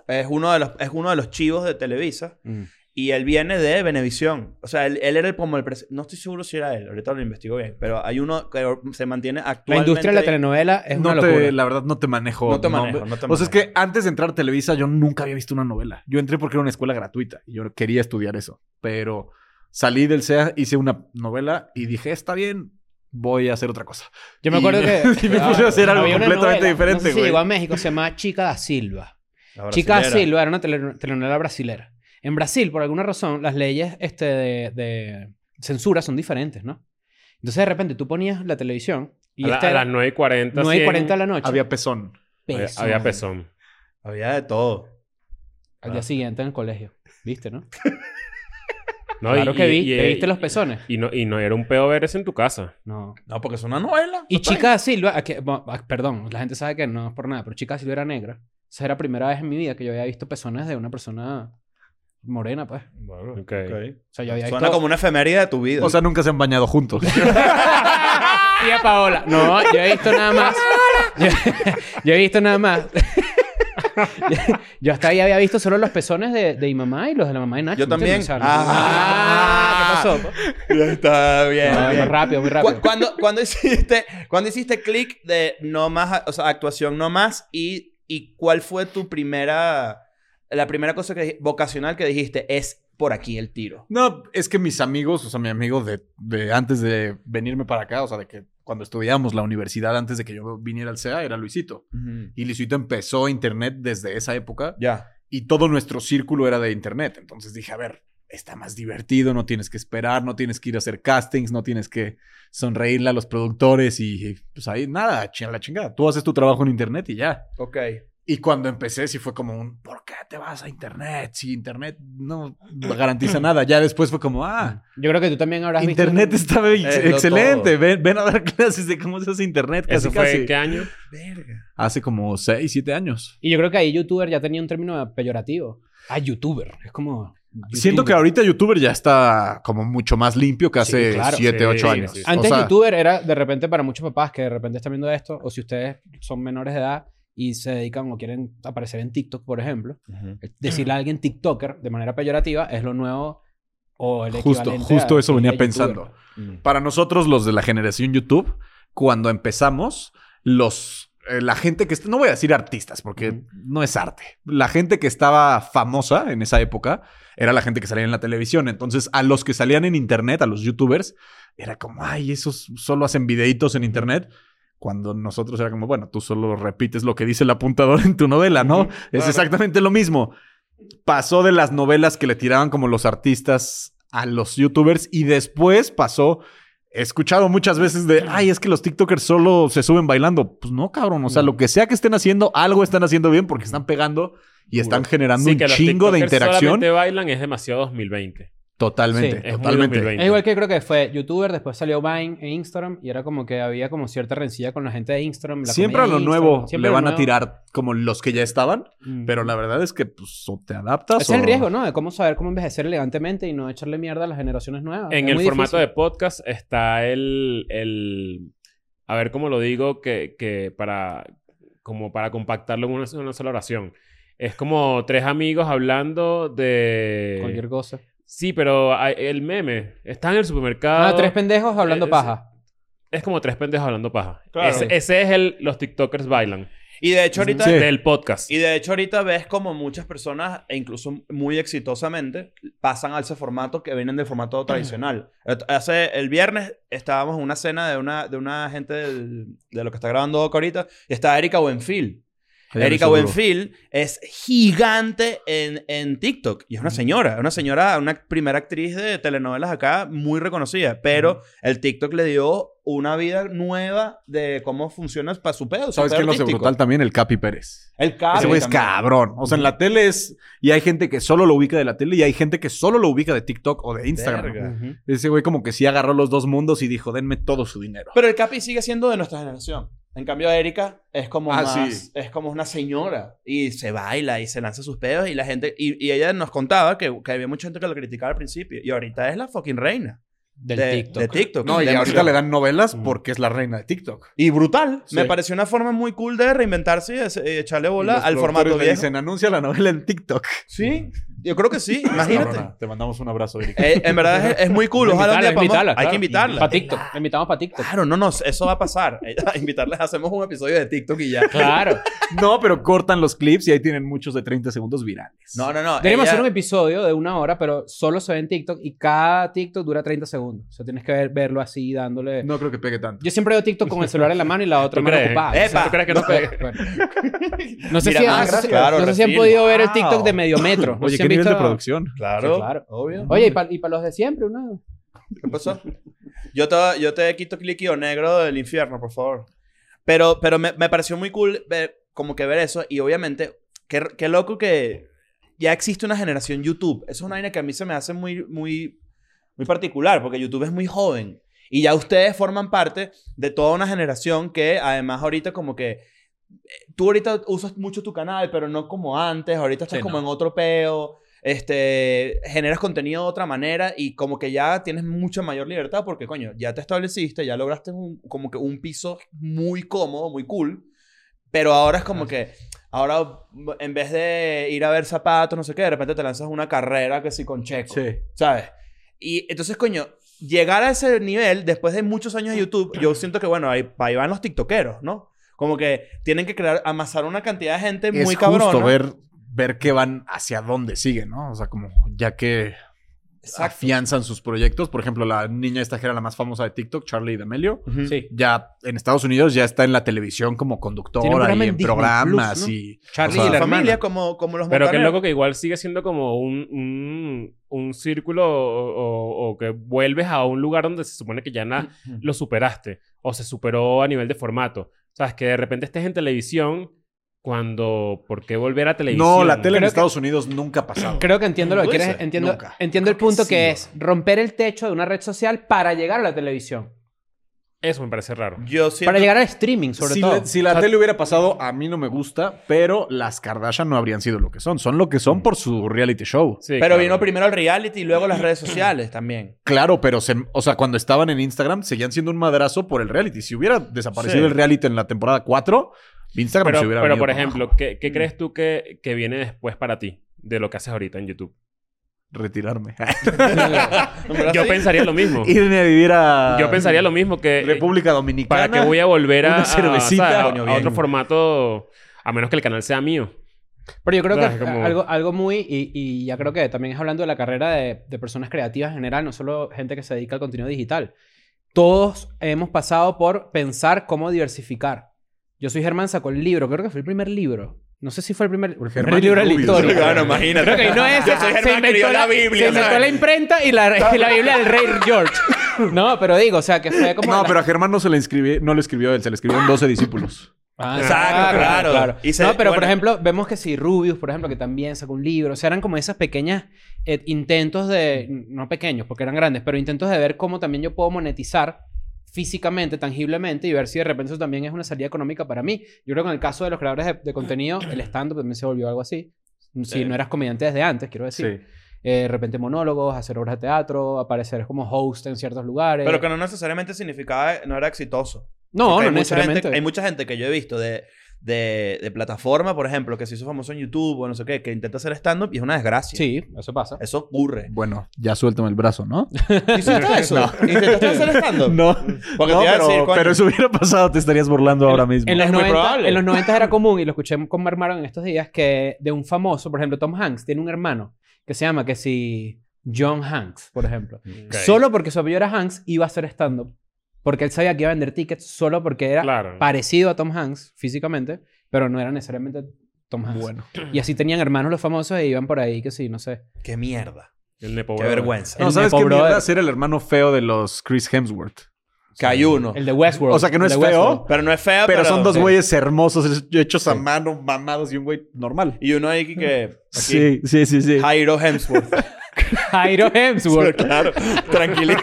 Speaker 5: Es uno, de los, es uno de los chivos de Televisa.
Speaker 2: Mm.
Speaker 5: Y él viene de Venevisión. O sea, él, él era el, como el... pres- No estoy seguro si era él. Ahorita lo investigo bien. Pero hay uno que se mantiene
Speaker 2: La
Speaker 5: actualmente...
Speaker 2: industria de la pues, telenovela es
Speaker 1: no
Speaker 2: una
Speaker 1: te-
Speaker 2: locura.
Speaker 1: la verdad no te manejo.
Speaker 5: No te manejo,
Speaker 1: nombre.
Speaker 5: no te
Speaker 1: O sea, es
Speaker 5: manejo.
Speaker 1: que antes de entrar a Televisa yo nunca había visto una novela. Yo entré porque era una escuela gratuita y yo quería estudiar eso. Pero salí del SEA, hice una novela y dije, está bien, voy a hacer otra cosa.
Speaker 2: Yo me
Speaker 1: Y-
Speaker 2: acuerdo que.
Speaker 1: y me puse a hacer algo
Speaker 2: había una
Speaker 1: completamente
Speaker 2: novela,
Speaker 1: diferente,
Speaker 2: no sé si
Speaker 1: güey.
Speaker 2: llegó a México, se llamaba Chica da Silva.
Speaker 5: La
Speaker 2: Chica da
Speaker 5: brasilera.
Speaker 2: Silva era una tele- telenovela brasilera. En Brasil, por alguna razón, las leyes este, de, de censura son diferentes, ¿no? Entonces, de repente, tú ponías la televisión y
Speaker 3: a, la-
Speaker 2: esta
Speaker 3: a
Speaker 2: era
Speaker 3: las 9.40.
Speaker 2: 9 y 40 de
Speaker 3: 100,
Speaker 2: la noche.
Speaker 1: Había pezón.
Speaker 3: había-
Speaker 2: Pezón.
Speaker 3: Había pezón.
Speaker 5: Había de todo.
Speaker 2: Al día siguiente en el colegio. ¿Viste, no?
Speaker 3: No,
Speaker 2: claro
Speaker 3: y-
Speaker 2: que vi.
Speaker 3: y-
Speaker 2: ¿Te
Speaker 3: y-
Speaker 2: viste los pezones?
Speaker 3: Y no, y no era un pedo ver eso en tu casa.
Speaker 2: No.
Speaker 5: No, porque es una novela.
Speaker 2: Y
Speaker 5: No está
Speaker 2: Chica da Silva, a que- bo- a- perdón, la gente sabe que no es por nada, pero Chica da Silva era negra. O sea, era la primera vez en mi vida que yo había visto pezones de una persona morena, pues.
Speaker 5: bien. Bueno,
Speaker 3: Ok.
Speaker 5: ok.
Speaker 2: O sea, yo había
Speaker 5: Suena
Speaker 2: visto...
Speaker 5: como una efeméride de tu vida.
Speaker 1: O sea, nunca se han bañado juntos.
Speaker 2: Tía Paola. No, yo he visto nada más. Yo, yo he visto nada más. Yo- Yo hasta ahí había visto solo los pezones de, de mi mamá y los de la mamá de Nacho.
Speaker 5: Yo
Speaker 2: ¿me entiendes?
Speaker 5: también.
Speaker 2: O sea, no- Ah,
Speaker 5: Ah,
Speaker 2: ¿qué pasó?
Speaker 5: está bien,
Speaker 2: No,
Speaker 5: bien.
Speaker 2: muy rápido, muy
Speaker 5: Cu-
Speaker 2: rápido.
Speaker 5: cuando, cuando hiciste, cuando hiciste clic de no más, o sea, actuación no más y, y cuál fue tu primera, la primera cosa que dij- vocacional que dijiste es por aquí el tiro.
Speaker 1: No, es que mis amigos, o sea, mi amigo de, de antes de venirme para acá, o sea, de que cuando estudiamos la universidad, antes de que yo viniera al SEA, era Luisito. Y Luisito empezó internet desde esa época
Speaker 5: Ya.
Speaker 1: y todo nuestro círculo era de internet. Entonces dije, a ver, está más divertido, no tienes que esperar, no tienes que ir a hacer castings, no tienes que sonreírle a los productores y pues ahí nada, a la chingada. Tú haces tu trabajo en internet y ya.
Speaker 5: Ok.
Speaker 1: Y cuando empecé, sí fue como un, ¿por qué te vas a internet? Si internet no garantiza nada. Ya después fue como,
Speaker 5: Mm.
Speaker 1: ah,
Speaker 2: Yo creo que tú también habrás visto-
Speaker 1: internet está ex-
Speaker 5: Eh, lo
Speaker 1: excelente.
Speaker 5: todo.
Speaker 1: Ven, ven a dar clases de cómo se hace internet casi,
Speaker 3: ¿Eso fue
Speaker 1: casi.
Speaker 3: qué año?
Speaker 1: Hace como 6, 7 años.
Speaker 2: Y yo creo que ahí youtuber ya tenía un término peyorativo. Ah, youtuber. Es como...
Speaker 1: Siento que
Speaker 2: youtuber.
Speaker 1: ahorita youtuber ya está como mucho más limpio que
Speaker 2: Sí,
Speaker 1: hace
Speaker 2: claro.
Speaker 1: 7,
Speaker 3: Sí,
Speaker 1: 8
Speaker 3: sí,
Speaker 1: años.
Speaker 3: sí.
Speaker 2: Antes
Speaker 1: O sea,
Speaker 2: youtuber era de repente para muchos papás que de repente están viendo esto, o si ustedes son menores de edad y se dedican o quieren aparecer en TikTok, por ejemplo, decirle a alguien TikToker de manera peyorativa es lo nuevo O el
Speaker 1: Justo,
Speaker 2: equivalente
Speaker 1: justo
Speaker 2: a-
Speaker 1: eso
Speaker 2: a
Speaker 1: venía
Speaker 2: youtuber.
Speaker 1: pensando.
Speaker 3: Mm.
Speaker 1: Para nosotros, los de la generación YouTube, cuando empezamos, los. eh, la gente que. est- No voy a decir artistas, porque no es arte. La gente que estaba famosa en esa época era la gente que salía en la televisión. Entonces, a los que salían en internet, a los YouTubers, era como, ay, esos solo hacen videitos en internet. Cuando nosotros era como, bueno, tú solo repites lo que dice el apuntador en tu novela, ¿no? Es
Speaker 4: Claro.
Speaker 1: exactamente lo mismo. Pasó de las novelas que le tiraban como los artistas a los YouTubers y después pasó. He escuchado muchas veces de, ay, es que los TikTokers solo se suben bailando. Pues no, cabrón. O sea, lo que sea que estén haciendo, algo están haciendo bien porque están pegando y están generando
Speaker 3: Sí,
Speaker 1: un
Speaker 3: que los
Speaker 1: chingo de
Speaker 3: tiktokers
Speaker 1: interacción.
Speaker 3: solamente bailan es demasiado 2020.
Speaker 1: Totalmente,
Speaker 2: Sí,
Speaker 3: es muy
Speaker 1: totalmente.
Speaker 3: 2020.
Speaker 2: Es igual que creo que fue youtuber, después salió Vine e Instagram y era como que había como cierta rencilla con la gente de Instagram. la
Speaker 1: Siempre a
Speaker 2: comedia
Speaker 1: lo
Speaker 2: de Instagram,
Speaker 1: nuevo le
Speaker 2: siempre lo
Speaker 1: van a
Speaker 2: nuevo.
Speaker 1: tirar como los que ya estaban,
Speaker 2: Mm.
Speaker 1: pero la verdad es que pues, o te adaptas.
Speaker 2: Ese es el
Speaker 1: o-
Speaker 2: riesgo, ¿no? De cómo saber cómo envejecer elegantemente y no echarle mierda a las generaciones nuevas.
Speaker 3: En
Speaker 2: Ah, Es
Speaker 3: el
Speaker 2: muy
Speaker 3: formato
Speaker 2: difícil.
Speaker 3: de podcast está el, el- A ver cómo lo digo, que, que para... Como para compactarlo en una, en una sola oración. Es como tres amigos hablando de...
Speaker 2: Cualquier cosa.
Speaker 3: Sí, pero hay- el meme. Está en el supermercado.
Speaker 2: Ah, tres pendejos hablando
Speaker 3: Eh,
Speaker 2: paja.
Speaker 3: es como tres pendejos hablando paja.
Speaker 5: Claro.
Speaker 3: Ese, ese es el... Los TikTokers bailan.
Speaker 5: Y de hecho ahorita...
Speaker 1: Sí.
Speaker 3: Del podcast.
Speaker 5: Y de hecho ahorita ves como muchas personas, e incluso muy exitosamente, pasan a ese formato que vienen del formato tradicional. Et- Hace, el viernes estábamos en una cena de una, de una gente del- de lo que está grabando Doc ahorita y está Erika Buenfield.
Speaker 1: Ella
Speaker 5: Erika
Speaker 1: seguro.
Speaker 5: Buenfield es gigante en, en TikTok y es una
Speaker 1: Mm.
Speaker 5: señora, una señora, una primera actriz de telenovelas acá muy reconocida, pero el TikTok le dio una vida nueva de cómo funciona para su pedo. su
Speaker 1: ¿Sabes
Speaker 5: pedo
Speaker 1: quién lo hace
Speaker 5: artístico.
Speaker 1: brutal también? El Capi Pérez.
Speaker 5: El Cabe
Speaker 1: Ese güey es
Speaker 5: Ah, también.
Speaker 1: cabrón. O sea, en la tele es. Y hay gente que solo lo ubica de la tele y hay gente que solo lo ubica de TikTok o de Instagram.
Speaker 5: Verga.
Speaker 2: Ujú.
Speaker 1: Ese güey, como que sí agarró los dos mundos y dijo, denme todo su dinero.
Speaker 5: Pero el Capi sigue siendo de nuestra generación. En cambio, Erika es como
Speaker 1: Ah,
Speaker 5: más-
Speaker 1: sí.
Speaker 5: es como una señora y se baila y se lanza sus pedos y la gente y, y ella nos contaba que, que había mucha gente que lo criticaba al principio y ahorita es la fucking reina
Speaker 2: Del
Speaker 5: de de
Speaker 2: TikTok.
Speaker 5: TikTok.
Speaker 1: No, y
Speaker 5: De-
Speaker 1: ahorita le dan novelas
Speaker 3: Mm.
Speaker 1: porque es la reina de TikTok.
Speaker 5: y brutal.
Speaker 1: Sí.
Speaker 5: Me pareció una forma muy cool de reinventarse y de- y echarle
Speaker 1: Y
Speaker 5: bola
Speaker 1: los
Speaker 5: al formato
Speaker 1: productores le
Speaker 5: viejo.
Speaker 1: dicen, anuncia la novela en TikTok.
Speaker 5: Sí, yo creo que sí. Imagínate.
Speaker 1: Cabrona, te mandamos un abrazo, Erika.
Speaker 5: Eh, en verdad es, es muy cool. Ojalá un día
Speaker 2: Invitarla, invitarla,
Speaker 5: podamos- hay
Speaker 2: claro.
Speaker 5: que invitarla.
Speaker 2: Para TikTok. La invitamos para TikTok.
Speaker 5: Claro, no, no, eso va a pasar. Invitarles, hacemos un episodio de TikTok y ya.
Speaker 2: Claro.
Speaker 1: No, pero cortan los clips y ahí tienen muchos de 30 segundos virales.
Speaker 5: No, no, no.
Speaker 2: Deberíamos
Speaker 5: ella-
Speaker 2: hacer un episodio de una hora, pero solo se ve en TikTok y cada TikTok dura 30 segundos. O sea, tienes que ver- verlo así, dándole.
Speaker 1: No creo que pegue tanto.
Speaker 2: Yo siempre veo TikTok con el celular en la mano y la otra
Speaker 3: ¿Tú
Speaker 2: mano
Speaker 3: crees?
Speaker 2: ocupada.
Speaker 5: Epa.
Speaker 2: O sea,
Speaker 3: ¿Tú crees que no
Speaker 2: pero-
Speaker 3: pega?
Speaker 2: bueno. No sé
Speaker 5: Mira,
Speaker 2: si,
Speaker 5: más,
Speaker 2: no sé si-
Speaker 5: claro,
Speaker 2: no sé si han
Speaker 5: refil.
Speaker 2: podido ver el
Speaker 1: Wow.
Speaker 2: TikTok de medio metro. No sé
Speaker 1: Oye,
Speaker 2: si
Speaker 1: ¿qué
Speaker 2: han
Speaker 1: nivel de
Speaker 2: visto-
Speaker 1: producción?
Speaker 5: Claro,
Speaker 2: Sí, claro.
Speaker 5: obvio.
Speaker 2: Oye, y para los de siempre, una.
Speaker 5: ¿Qué pasó? Yo te, yo te quito líquido negro del infierno, por favor. Pero, pero me, me pareció muy cool ver, como que ver eso. Y obviamente, qué, qué loco que ya existe una generación YouTube. Eso es una vaina que a mí se me hace muy, muy, muy particular, porque YouTube es muy joven. Y ya ustedes forman parte de toda una generación que además ahorita como que... eh, Tú ahorita usas mucho tu canal, pero no como antes. Ahorita estás
Speaker 2: Sí,
Speaker 5: como
Speaker 2: no.
Speaker 5: en otro peo. Este, generas contenido de otra manera y como que ya tienes mucha mayor libertad porque, coño, ya te estableciste, ya lograste un- como que un piso muy cómodo, muy cool. Pero ahora es como que, ahora en vez de ir a ver zapatos, no sé qué, de repente te lanzas una carrera que sí con Checo. ¿Sabes? Y entonces, coño, llegar a ese nivel después de muchos años de YouTube, yo siento que, bueno, ahí, ahí van los tiktokeros, ¿no? Como que tienen que crear, amasar una cantidad de gente muy
Speaker 1: es
Speaker 5: cabrona.
Speaker 1: justo ver, ver que van hacia dónde siguen, ¿no? O sea, como ya que
Speaker 5: Exacto.
Speaker 1: afianzan sus proyectos. Por ejemplo, la niña esta que era la más famosa de TikTok, Charlie D'Amelio,
Speaker 5: Ujú.
Speaker 2: Sí.
Speaker 1: ya en Estados Unidos ya está en la televisión como
Speaker 2: Tiene un
Speaker 1: conductora
Speaker 2: programa
Speaker 1: y
Speaker 2: en
Speaker 1: en
Speaker 2: Disney
Speaker 1: programas
Speaker 2: Plus, ¿no?
Speaker 1: y...
Speaker 5: Charlie
Speaker 1: O sea,
Speaker 5: y la
Speaker 1: hermana.
Speaker 5: familia como, como los
Speaker 3: Pero qué
Speaker 5: Montaner.
Speaker 3: loco que igual sigue siendo como un, un, un círculo o, o- o que vuelves a un lugar donde se supone que ya na- lo superaste o se superó a nivel de formato. O sea, es que de repente estés en televisión cuando... ¿Por qué volver a televisión?
Speaker 1: No, la tele en
Speaker 2: Creo que-
Speaker 1: Estados Unidos nunca ha pasado.
Speaker 2: Creo que entiendo lo que
Speaker 1: Puede
Speaker 2: quieres.
Speaker 1: ser,
Speaker 2: Entiendo,
Speaker 1: nunca.
Speaker 2: entiendo el punto que, es romper el techo de una red social para llegar a la televisión.
Speaker 3: Eso me parece raro.
Speaker 5: Yo siento...
Speaker 2: Para llegar al streaming, sobre
Speaker 1: si
Speaker 2: todo.
Speaker 1: La, si la tele hubiera pasado, a mí no me gusta, pero las Kardashian no habrían sido lo que son. Son lo que son por su reality show.
Speaker 3: Sí,
Speaker 5: Pero
Speaker 3: claro.
Speaker 5: vino primero el reality y luego las redes sociales también.
Speaker 1: Claro, pero se, o sea, cuando estaban en Instagram, seguían siendo un madrazo por el reality. Si hubiera desaparecido
Speaker 5: Sí.
Speaker 1: el reality en la temporada 4, Instagram
Speaker 3: Pero,
Speaker 1: se hubiera venido
Speaker 3: pero
Speaker 1: Mm.
Speaker 3: por
Speaker 1: para
Speaker 3: ejemplo,
Speaker 1: abajo.
Speaker 3: ¿qué, qué crees tú que, que viene después para ti de lo que haces ahorita en YouTube?
Speaker 1: retirarme.
Speaker 3: Yo pensaría lo mismo.
Speaker 1: Irme a vivir a
Speaker 3: Yo pensaría lo mismo que...
Speaker 1: República Dominicana.
Speaker 3: ¿Para qué voy a volver a,
Speaker 1: Una
Speaker 3: a-
Speaker 1: cervecita,
Speaker 3: ¿sabes? a-
Speaker 5: coño,
Speaker 3: a
Speaker 5: bien.
Speaker 3: otro formato? A menos que el canal sea mío.
Speaker 2: Pero yo creo
Speaker 3: No,
Speaker 2: que
Speaker 3: es como-
Speaker 2: algo, algo muy, y, y ya creo que también es hablando de la carrera de, de personas creativas en general, no solo gente que se dedica al contenido digital. Todos hemos pasado por pensar cómo diversificar. Yo soy Germán, sacó el libro, creo que fue el primer libro. No sé si fue el primer, el primer
Speaker 1: Germán Ah, y
Speaker 2: libro de la
Speaker 1: Rubius.
Speaker 2: historia.
Speaker 5: Bueno, imagínate.
Speaker 2: Creo que no es.
Speaker 5: Yo soy
Speaker 2: se
Speaker 5: Germán,
Speaker 2: inventó
Speaker 5: escribió la Biblia,
Speaker 2: Se
Speaker 5: ¿sabes?
Speaker 2: inventó la imprenta y la, y la Biblia del rey George. No, pero digo, o sea, que fue como...
Speaker 1: No,
Speaker 2: la-
Speaker 1: pero a Germán no se le inscribió, no le escribió él, se le escribieron 12 discípulos.
Speaker 2: Ah,
Speaker 5: Exacto, claro. Y se-
Speaker 2: no, pero por
Speaker 5: bueno.
Speaker 2: ejemplo, vemos que si Rubius, por ejemplo, que también sacó un libro, o sea, eran como esas pequeñas eh, intentos de, no pequeños porque eran grandes, pero intentos de ver cómo también yo puedo monetizar físicamente, tangiblemente y ver si de repente eso también es una salida económica para mí. Yo creo que en el caso de los creadores de, de contenido, el stand-up también se volvió algo así. Si
Speaker 5: Sí.
Speaker 2: no eras comediante desde antes, quiero decir. Eh, de repente monólogos, hacer obras de teatro, aparecer como host en ciertos lugares.
Speaker 5: Pero que no necesariamente significaba, no era exitoso.
Speaker 2: no,
Speaker 5: Porque
Speaker 2: no
Speaker 5: hay mucha
Speaker 2: necesariamente.
Speaker 5: Gente, hay mucha gente que yo he visto de, de, de plataforma, por ejemplo, que se hizo famoso en YouTube o no sé qué, que intenta hacer stand-up y es una desgracia.
Speaker 2: Sí, eso pasa.
Speaker 5: Eso ocurre.
Speaker 1: Bueno, ya suéltame el brazo, ¿no?
Speaker 5: ¿Hiciste eso? ¿Intentaste hacer stand-up?
Speaker 1: No.
Speaker 5: Porque
Speaker 1: No,
Speaker 5: te iba a
Speaker 1: pero,
Speaker 5: decir, coño.
Speaker 1: pero eso hubiera pasado, te estarías burlando ahora mismo.
Speaker 2: En
Speaker 5: Es
Speaker 2: los, 90,
Speaker 5: muy probable.
Speaker 2: en los 90 era común, y lo escuché con Marmaron en estos días, que de un famoso, por ejemplo, Tom Hanks, tiene un hermano que se llama, que si John Hanks, por ejemplo. Solo porque su apellido era Hanks, iba a hacer stand-up. Porque él sabía que iba a vender tickets solo porque era
Speaker 3: Claro.
Speaker 2: parecido a Tom Hanks físicamente, pero no era necesariamente Tom Hanks.
Speaker 1: Bueno.
Speaker 2: Y así tenían hermanos los famosos e iban por ahí, que sí, no sé.
Speaker 5: Qué mierda.
Speaker 3: El Nepo
Speaker 5: Qué
Speaker 3: Brother.
Speaker 5: vergüenza.
Speaker 1: No,
Speaker 2: El
Speaker 1: ¿sabes
Speaker 2: Nepo
Speaker 1: qué mierda?
Speaker 2: Brother.
Speaker 1: Ser el hermano feo de los Chris Hemsworth.
Speaker 5: Que hay uno.
Speaker 2: El de Westworld.
Speaker 1: O sea, que no
Speaker 2: El
Speaker 1: es
Speaker 2: de
Speaker 1: feo,
Speaker 2: Westworld.
Speaker 5: Pero no es feo,
Speaker 1: Pero,
Speaker 5: pero...
Speaker 1: son dos
Speaker 5: sí.
Speaker 1: güeyes hermosos, hechos a mano, mamados y un güey normal.
Speaker 5: Y uno ahí que... que- aquí.
Speaker 1: Sí, sí, sí, sí.
Speaker 5: Jairo Hemsworth.
Speaker 2: Jairo Hemsworth.
Speaker 5: claro, tranquilito.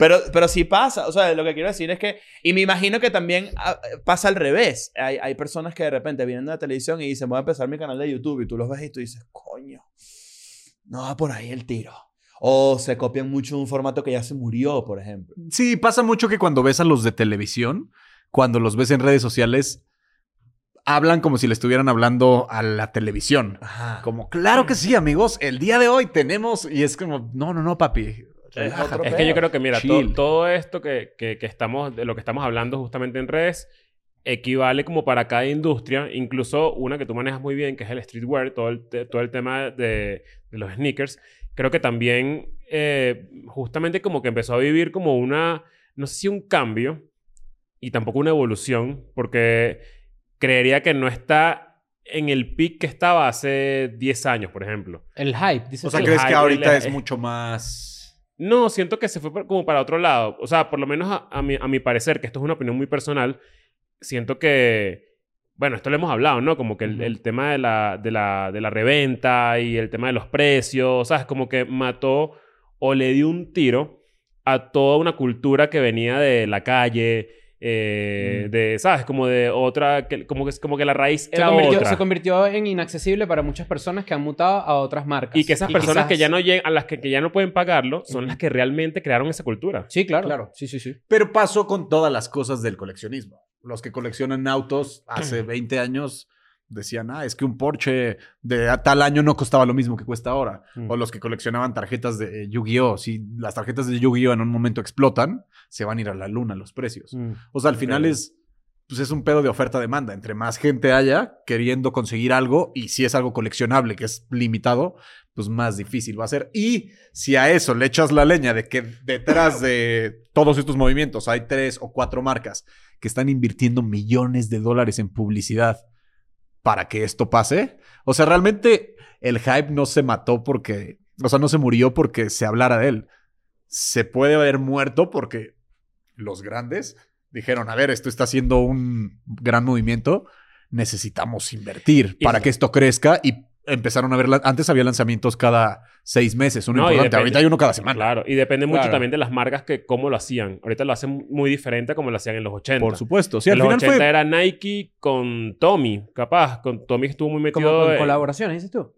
Speaker 5: Pero, pero sí pasa, o sea, lo que quiero decir es que, y me imagino que también ah, pasa al revés. Hay, hay personas que de repente vienen de la televisión y dicen, voy a empezar mi canal de YouTube, y tú los ves y tú dices, coño, no va por ahí el tiro. O se copian mucho un formato que ya se murió, por ejemplo.
Speaker 1: Sí, pasa mucho que cuando ves a los de televisión, cuando los ves en redes sociales, hablan como si le estuvieran hablando a la televisión.
Speaker 5: Ajá.
Speaker 1: Como, claro que sí, amigos, el día de hoy tenemos... Y es como, no, no, no, papi. relájate".
Speaker 5: otro
Speaker 3: Es que yo creo que, mira, to-
Speaker 1: Chill.
Speaker 3: todo esto que, que- que estamos, de lo que estamos hablando justamente en redes, equivale como para cada industria, incluso una que tú manejas muy bien, que es el streetwear, todo el, te- todo el tema de, de los sneakers. Creo que también, eh, justamente como que empezó a vivir como una, no sé si un cambio, y tampoco una evolución, porque creería que no está en el pic que estaba hace 10 años, por ejemplo.
Speaker 2: El hype, dice
Speaker 1: O sea,
Speaker 3: Sí. eh,
Speaker 1: ¿crees que
Speaker 3: Hype,
Speaker 1: ahorita
Speaker 3: el-
Speaker 1: es mucho más...?
Speaker 3: No, siento que se fue por- como para otro lado. O sea, por lo menos a, a mi, a mi parecer, que esto es una opinión muy personal, siento que, bueno, esto lo hemos hablado, ¿no? Como que el, el tema de la, de, la, de la reventa y el tema de los precios, ¿sabes? Como que mató o le dio un tiro a toda una cultura que venía de la calle, eh, de, ¿sabes? Como de otra, que, como, que, como que la raíz
Speaker 2: Se
Speaker 3: era
Speaker 2: convirtió,
Speaker 3: otra.
Speaker 2: se convirtió en inaccesible para muchas personas que han mutado a otras marcas.
Speaker 3: y que esas personas
Speaker 2: quizás-
Speaker 3: que ya no llegan, a las que, que ya no pueden pagarlo, son las que realmente crearon esa cultura.
Speaker 2: Sí, claro. claro. Sí, sí, sí.
Speaker 1: Pero pasó con todas las cosas del coleccionismo. Los que coleccionan autos hace 20 años decían, ah, es que un Porsche de a tal año no costaba lo mismo que cuesta ahora.
Speaker 3: Mm.
Speaker 1: O los que coleccionaban tarjetas de eh, Yu-Gi-Oh! Si las tarjetas de Yu-Gi-Oh! en un momento explotan, se van a ir a la luna los precios. O sea, al final
Speaker 3: Ok.
Speaker 1: es, pues es un pedo de oferta-demanda. Entre más gente haya queriendo conseguir algo, y si es algo coleccionable, que es limitado, pues más difícil va a ser. Y si a eso le echas la leña de que detrás de todos estos movimientos hay tres o cuatro marcas que están invirtiendo millones de dólares en publicidad para que esto pase. O sea, realmente el hype no se mató porque, o sea, no se murió porque se hablara de él. Se puede haber muerto porque los grandes dijeron, a ver, esto está siendo un gran movimiento, necesitamos invertir
Speaker 3: Y-
Speaker 1: para que esto crezca y empezaron a ver, la- antes había lanzamientos cada seis meses, uno
Speaker 3: No, y
Speaker 1: importante,
Speaker 3: depende-
Speaker 1: ahorita hay uno cada semana.
Speaker 3: Claro, y depende mucho
Speaker 5: Claro.
Speaker 3: también de las marcas que cómo lo hacían. Ahorita lo hacen muy diferente a como lo hacían en los 80.
Speaker 1: Por supuesto, sí,
Speaker 3: en
Speaker 1: al
Speaker 3: los
Speaker 1: final
Speaker 3: 80
Speaker 1: fue...
Speaker 3: era Nike con Tommy, capaz. Con Tommy estuvo muy
Speaker 2: Como
Speaker 3: metido
Speaker 2: con
Speaker 3: en-
Speaker 2: colaboraciones, dices tú.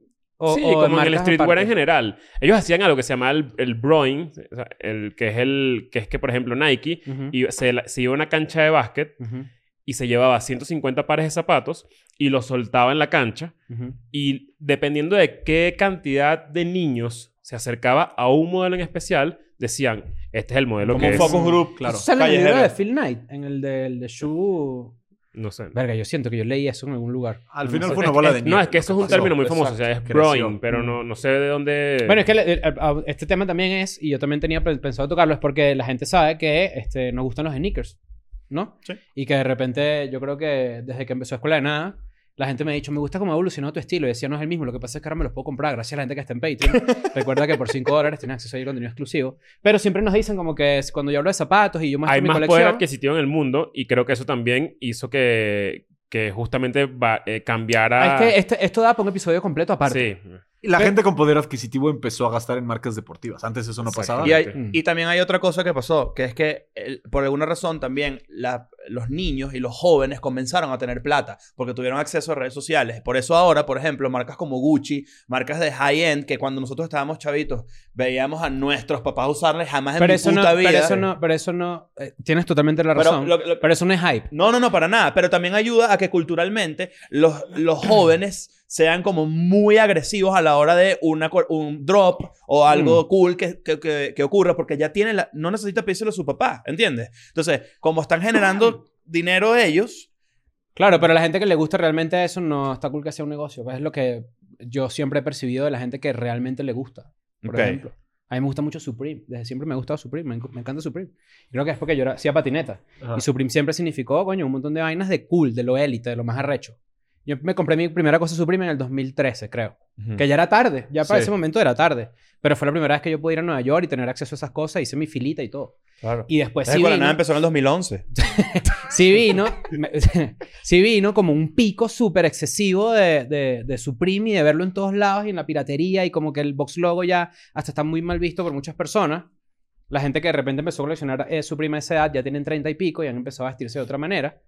Speaker 3: sí, como en el
Speaker 2: marcas
Speaker 3: streetwear en
Speaker 2: aparte.
Speaker 3: general. Ellos hacían algo que se llamaba el, el broin, o sea, el, que es el que es que por ejemplo Nike
Speaker 2: Ujú,
Speaker 3: iba- se, la- se iba a una cancha de básquet
Speaker 2: ujú.
Speaker 3: y se llevaba 150 pares de zapatos y los soltaba en la cancha
Speaker 2: Ujú.
Speaker 3: y dependiendo de qué cantidad de niños se acercaba a un modelo en especial, decían, este es el modelo
Speaker 5: Como
Speaker 3: que
Speaker 5: un
Speaker 3: es.
Speaker 5: focus group,
Speaker 2: Claro.
Speaker 5: claro.
Speaker 2: Sale en el libro de
Speaker 5: Callejero.
Speaker 2: Phil Knight, en el de, el de Shoe.
Speaker 3: No sé.
Speaker 2: Verga, yo siento que yo leí eso en algún lugar.
Speaker 1: Al
Speaker 2: No
Speaker 1: final
Speaker 2: sé.
Speaker 1: fue una
Speaker 3: Es-
Speaker 1: bola
Speaker 3: es-
Speaker 1: de nieve.
Speaker 3: No, es que eso es un
Speaker 5: pasó.
Speaker 3: término muy famoso, o
Speaker 5: Exacto.
Speaker 3: sea, es
Speaker 1: Creció.
Speaker 3: broing, pero no, no sé de dónde...
Speaker 2: Bueno, es que el- el- el- este tema también es, y yo también tenía pre- pensado tocarlo, es porque la gente sabe que este, nos gustan los sneakers, ¿no?
Speaker 5: Sí.
Speaker 2: Y que de repente, yo creo que desde que empezó Escuela de Nada, la gente me ha dicho, me gusta cómo ha evolucionado tu estilo. Y decía, no es el mismo, lo que pasa es que ahora me los puedo comprar gracias a la gente que está en Patreon. Recuerda que por 5 dólares tienes acceso a contenido exclusivo. Pero siempre nos dicen como que es- cuando yo hablo de zapatos y yo muestro
Speaker 3: hay
Speaker 2: mi
Speaker 3: más poder
Speaker 2: colección...
Speaker 3: adquisitivo en el mundo y creo que eso también hizo que, que justamente va- eh,
Speaker 2: Ah,
Speaker 3: cambiara...
Speaker 2: es que este- esto da para un episodio completo aparte.
Speaker 3: Sí.
Speaker 1: Y la gente con poder adquisitivo empezó a gastar en marcas deportivas. Antes eso no pasaba.
Speaker 5: Y, hay-
Speaker 2: Mm.
Speaker 5: y también hay otra cosa que pasó, que es que el- por alguna razón también la- los niños y los jóvenes comenzaron a tener plata porque tuvieron acceso a redes sociales. Por eso ahora, por ejemplo, marcas como Gucci, marcas de high-end, que cuando nosotros estábamos chavitos veíamos a nuestros papás usarles jamás en
Speaker 2: Pero
Speaker 5: mi
Speaker 2: eso, no,
Speaker 5: puta vida.
Speaker 2: pero eso no, pero eso no, eh, tienes totalmente la
Speaker 5: Pero
Speaker 2: razón. Pero,
Speaker 5: lo- lo-
Speaker 2: eso no es hype.
Speaker 5: No, no, no, para nada. Pero también ayuda a que culturalmente los, los jóvenes sean como muy agresivos a la hora de una, co- un drop o algo cool que, que, que- que ocurra porque ya tienen la... No necesita pedírselo a su papá, ¿entiendes? Entonces, como están generando dinero ellos...
Speaker 2: Claro, pero la gente que le gusta realmente eso no está cool que sea un negocio. pues, Es lo que yo siempre he percibido de la gente que realmente le gusta. Por
Speaker 5: Ok.
Speaker 2: ejemplo, a mí me gusta mucho Supreme. Desde siempre me ha gustado Supreme. Me, enc- me encanta Supreme. Creo que es porque yo era- hacía patineta. Y Supreme siempre significó, coño, un montón de vainas de cool, de lo élite, de lo más arrecho. Yo me compré mi primera cosa Supreme en el 2013, creo. Que ya era tarde, ya para
Speaker 5: Sí.
Speaker 2: ese momento era tarde. Pero fue la primera vez que yo pude ir a Nueva York y tener acceso a esas cosas, hice mi filita y todo.
Speaker 5: Claro.
Speaker 2: Y después sí
Speaker 5: Esa
Speaker 2: vino,
Speaker 5: nada empezó en el 2011.
Speaker 2: sí vino, me- sí vino como un pico súper excesivo de, de, de Supreme y de verlo en todos lados y en la piratería y como que el box logo ya hasta está muy mal visto por muchas personas. La gente que de repente empezó a coleccionar eh, Supreme a esa edad ya tienen 30 y pico y han empezado a vestirse de otra manera.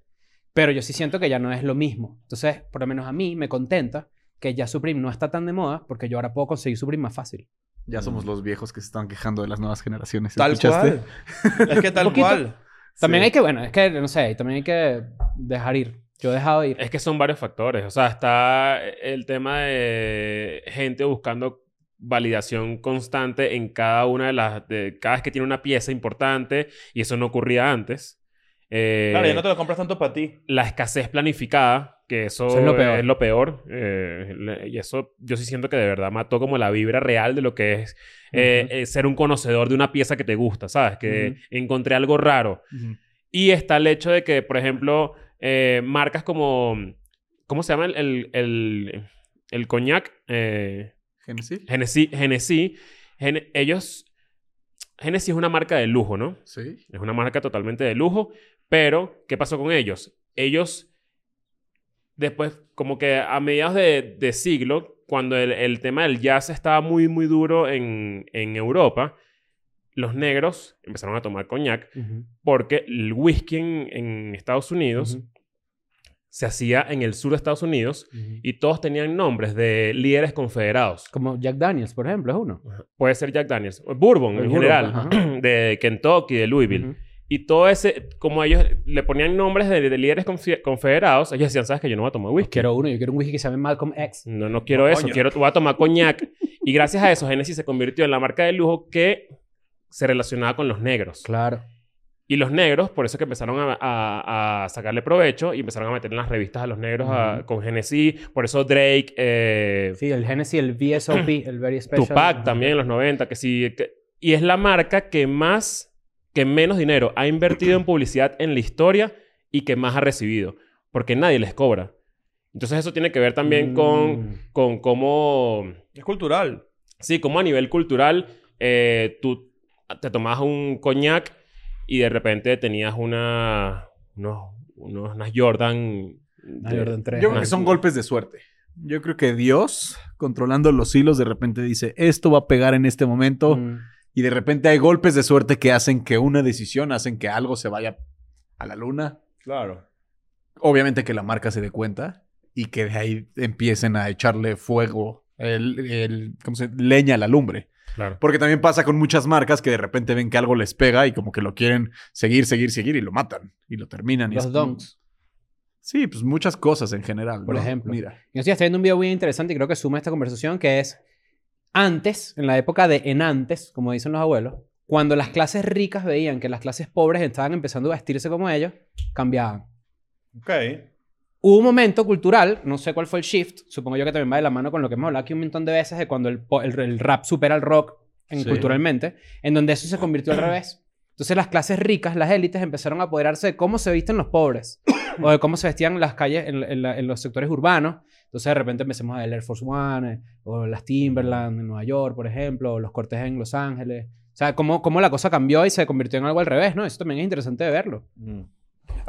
Speaker 2: Pero yo sí siento que ya no es lo mismo. Entonces, por lo menos a mí me contenta que ya Supreme no está tan de moda porque yo ahora puedo conseguir Supreme más fácil.
Speaker 1: Ya somos los viejos que se están quejando de las nuevas generaciones.
Speaker 5: Tal
Speaker 1: ¿Escuchaste?
Speaker 5: cual. Es que tal
Speaker 2: poquito.
Speaker 5: cual.
Speaker 2: También
Speaker 1: Sí.
Speaker 2: hay que, bueno, es que, no sé, también hay que dejar ir. Yo he dejado ir.
Speaker 3: Es que son varios factores. O sea, está el tema de gente buscando validación constante en cada una de las... de- cada vez que tiene una pieza importante y eso no ocurría antes. Eh,
Speaker 5: Claro, ya no te lo compras tanto para ti.
Speaker 3: la escasez planificada, que eso,
Speaker 2: Eso es
Speaker 3: es
Speaker 2: lo
Speaker 3: lo
Speaker 2: peor.
Speaker 3: peor. eh, le- y eso yo sí siento que de verdad mató como la vibra real de lo que es eh, eh, ser un conocedor de una pieza que te gusta, ¿sabes? Que encontré algo raro. Y está el hecho de que, por ejemplo, eh, marcas como... ¿Cómo se llama el, el, el, el coñac? Eh,
Speaker 1: Genesis.
Speaker 3: Genesí. Genesí. Gen- ellos... Genesí es una marca de lujo, ¿no?
Speaker 1: Sí.
Speaker 3: Es una marca totalmente de lujo, pero ¿qué pasó con ellos? Ellos, después, como que a mediados de, de siglo, cuando el, el tema del jazz estaba muy, muy duro en, en Europa, los negros empezaron a tomar coñac
Speaker 2: Ujú.
Speaker 3: porque el whisky en, en Estados Unidos
Speaker 2: Ujú.
Speaker 3: se hacía en el sur de Estados Unidos
Speaker 2: Ujú.
Speaker 3: y todos tenían nombres de líderes confederados.
Speaker 2: Como Jack Daniels, por ejemplo, es uno.
Speaker 3: Puede ser Jack Daniels, o Bourbon
Speaker 2: El
Speaker 3: en
Speaker 2: Bourbon,
Speaker 3: general,
Speaker 2: ajá.
Speaker 3: de Kentucky, de Louisville.
Speaker 2: Ujú.
Speaker 3: Y todo ese, como ellos le ponían nombres de, de líderes confi- confederados, ellos decían, ¿sabes que Yo no voy a tomar whisky.
Speaker 2: Quiero uno, yo quiero un whisky que se llame Malcolm X.
Speaker 3: No, no quiero
Speaker 5: No,
Speaker 3: eso.
Speaker 5: coño.
Speaker 3: Quiero, voy a tomar coñac. y gracias a eso, Genesis se convirtió en la marca de lujo que se relacionaba con los negros.
Speaker 2: Claro.
Speaker 3: Y los negros, por eso que empezaron a, a- a sacarle provecho y empezaron a meter en las revistas a los negros a-
Speaker 2: Ujú.
Speaker 3: con Genesis. Por eso Drake, eh,
Speaker 2: Sí, el Genesis, el VSOP, el Very Special.
Speaker 3: Tupac
Speaker 2: Ajá.
Speaker 3: también en los 90, que sí. que- y es la marca que más, que menos dinero ha invertido en publicidad en la historia y que más ha recibido. Porque nadie les cobra. Entonces eso tiene que ver también con,
Speaker 2: Mm.
Speaker 3: con cómo,
Speaker 5: Es cultural.
Speaker 3: sí, cómo a nivel cultural eh, tú te tomabas un coñac y de repente tenías una, unos, unos- unas Jordan.
Speaker 2: Ah,
Speaker 3: de-
Speaker 2: Jordan tres.
Speaker 1: Yo creo que son golpes de suerte. Yo creo que Dios, controlando los hilos, de repente dice, esto va a pegar en este momento.
Speaker 2: Mm.
Speaker 1: Y de repente hay golpes de suerte que hacen que una decisión, hacen que algo se vaya a la luna.
Speaker 5: Claro.
Speaker 1: Obviamente que la marca se dé cuenta y que de ahí empiecen a echarle fuego, el, el- ¿cómo se- leña a la lumbre.
Speaker 3: Claro.
Speaker 1: Porque también pasa con muchas marcas que de repente ven que algo les pega y como que lo quieren seguir, seguir, seguir y lo matan y lo terminan. y
Speaker 2: Los
Speaker 1: es como-
Speaker 2: Dunks.
Speaker 1: Sí, pues muchas cosas en general.
Speaker 2: Por
Speaker 1: ¿no?
Speaker 2: ejemplo.
Speaker 1: Mira.
Speaker 2: Yo sí estoy viendo un video muy interesante y creo que suma esta conversación que es antes, en la época de en antes, como dicen los abuelos, cuando las clases ricas veían que las clases pobres estaban empezando a vestirse como ellos, cambiaban.
Speaker 5: Ok.
Speaker 2: Hubo un momento cultural, no sé cuál fue el shift, supongo yo que también va de la mano con lo que hemos hablado aquí un montón de veces de cuando el, po- el- el rap supera al rock en-
Speaker 5: Sí.
Speaker 2: culturalmente, en donde eso se convirtió al revés. Entonces las clases ricas, las élites, empezaron a apoderarse de cómo se visten los pobres o de cómo se vestían las calles en, en la- en los sectores urbanos. Entonces de repente empecemos a ver el Air Force One eh, o las Timberland en Nueva York, por ejemplo, o los cortes en Los Ángeles. O sea, cómo, cómo la cosa cambió y se convirtió en algo al revés, ¿no? Eso también es interesante de verlo.
Speaker 5: Mm.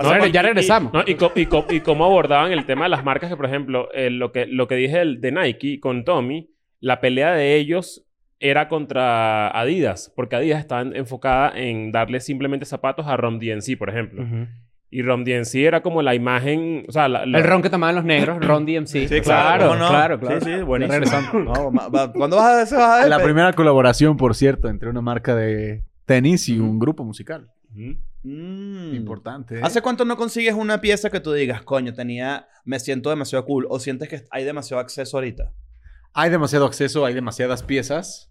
Speaker 3: No,
Speaker 2: Bueno,
Speaker 3: y-
Speaker 2: ya
Speaker 3: y-
Speaker 2: regresamos.
Speaker 3: no, Y, co- y co- y cómo abordaban el tema de las marcas, que por ejemplo, eh, lo, que, lo que dije del- de Nike con Tommy, la pelea de ellos era contra Adidas, porque Adidas estaba en- enfocada en darle simplemente zapatos a Rom DNC, por
Speaker 2: Mm.
Speaker 3: ejemplo. Y Rom DNC era como la imagen, o sea, la- la-
Speaker 2: El ron que tomaban los negros, ron DMC.
Speaker 5: Sí, claro. ¿cómo no?
Speaker 2: claro, claro.
Speaker 5: Sí, sí, buenísimo.
Speaker 2: Regresamos.
Speaker 5: No, ma- va- ¿Cuándo vas a eso? vas a-
Speaker 1: La primera colaboración, por cierto, entre una marca de tenis y un grupo musical.
Speaker 3: Ujú.
Speaker 5: Mm.
Speaker 1: Importante. ¿eh?
Speaker 5: ¿Hace cuánto no consigues una pieza que tú digas, coño, tenía, me siento demasiado cool o sientes que hay demasiado acceso ahorita?
Speaker 1: Hay demasiado acceso, hay demasiadas piezas.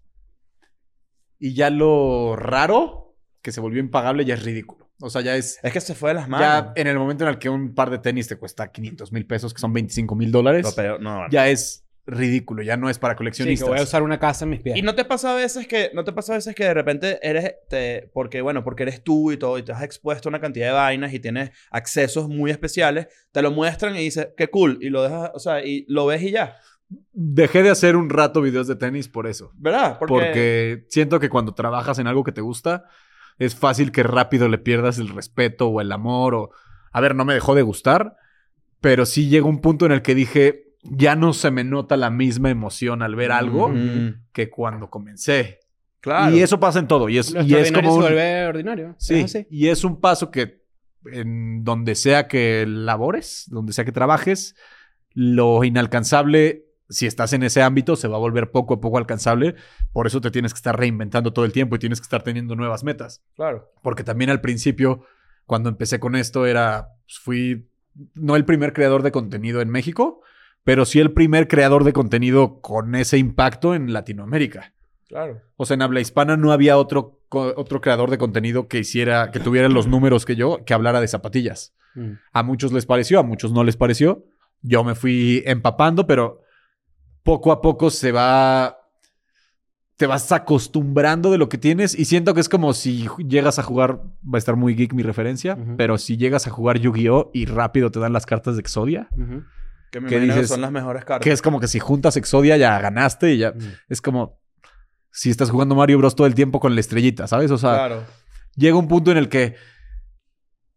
Speaker 1: Y ya lo raro, que se volvió impagable, ya es ridículo. O sea, ya es...
Speaker 5: Es que se fue de las
Speaker 1: Ya
Speaker 5: manos.
Speaker 1: en el momento en el que un par de tenis te cuesta 500 mil pesos, que son 25 mil
Speaker 5: Lo
Speaker 1: dólares,
Speaker 5: peor- no,
Speaker 1: ya es ridículo, ya no es para
Speaker 2: Sí, que
Speaker 1: coleccionistas.
Speaker 2: voy a usar una casa en mis pies.
Speaker 5: Y no te pasa a veces que, no te pasa a veces que de repente eres, te- porque bueno, porque eres tú y todo, y te has expuesto a una cantidad de vainas y tienes accesos muy especiales, te lo muestran y dices, qué cool, y lo dejas, o sea, y lo ves y ya,
Speaker 1: Dejé de hacer un rato videos de tenis por eso.
Speaker 5: ¿verdad?
Speaker 1: Porque siento que cuando trabajas en algo que te gusta, es fácil que rápido le pierdas el respeto o el amor o... A ver, no me dejó de gustar, pero sí llegó un punto en el que dije, ya no se me nota la misma emoción al ver algo
Speaker 5: Mm,
Speaker 1: que cuando comencé.
Speaker 5: claro.
Speaker 1: Y eso pasa en todo. Y es,
Speaker 2: Lo
Speaker 1: y es
Speaker 2: extraordinario
Speaker 1: como... un-
Speaker 2: se vuelve ordinario.
Speaker 1: Sí,
Speaker 2: Es así.
Speaker 1: y es un paso que en donde sea que labores, donde sea que trabajes, lo inalcanzable, si estás en ese ámbito, se va a volver poco a poco alcanzable. Por eso te tienes que estar reinventando todo el tiempo y tienes que estar teniendo nuevas metas.
Speaker 5: claro.
Speaker 1: Porque también al principio, cuando empecé con esto, era, pues, fui no el primer creador de contenido en México, pero sí el primer creador de contenido con ese impacto en Latinoamérica.
Speaker 5: Claro.
Speaker 1: O sea, en habla hispana no había otro, co- otro creador de contenido que hiciera, que tuviera los números que yo, que hablara de zapatillas.
Speaker 2: Mm.
Speaker 1: A muchos les pareció, a muchos no les pareció. Yo me fui empapando, pero poco a poco se va. Te vas acostumbrando de lo que tienes y siento que es como si ju- llegas a jugar, va a estar muy geek mi referencia,
Speaker 2: Ujú.
Speaker 1: pero si llegas a jugar Yu-Gi-Oh y rápido te dan las cartas de Exodia,
Speaker 2: Ujú.
Speaker 5: Que me
Speaker 1: ¿Qué
Speaker 5: imagino que
Speaker 1: dices?
Speaker 5: son las mejores cartas.
Speaker 1: que es como que si juntas Exodia ya ganaste y ya
Speaker 2: Mm.
Speaker 1: es como si estás jugando Mario Bros todo el tiempo con la estrellita, ¿sabes? O sea,
Speaker 5: Claro.
Speaker 1: llega un punto en el que,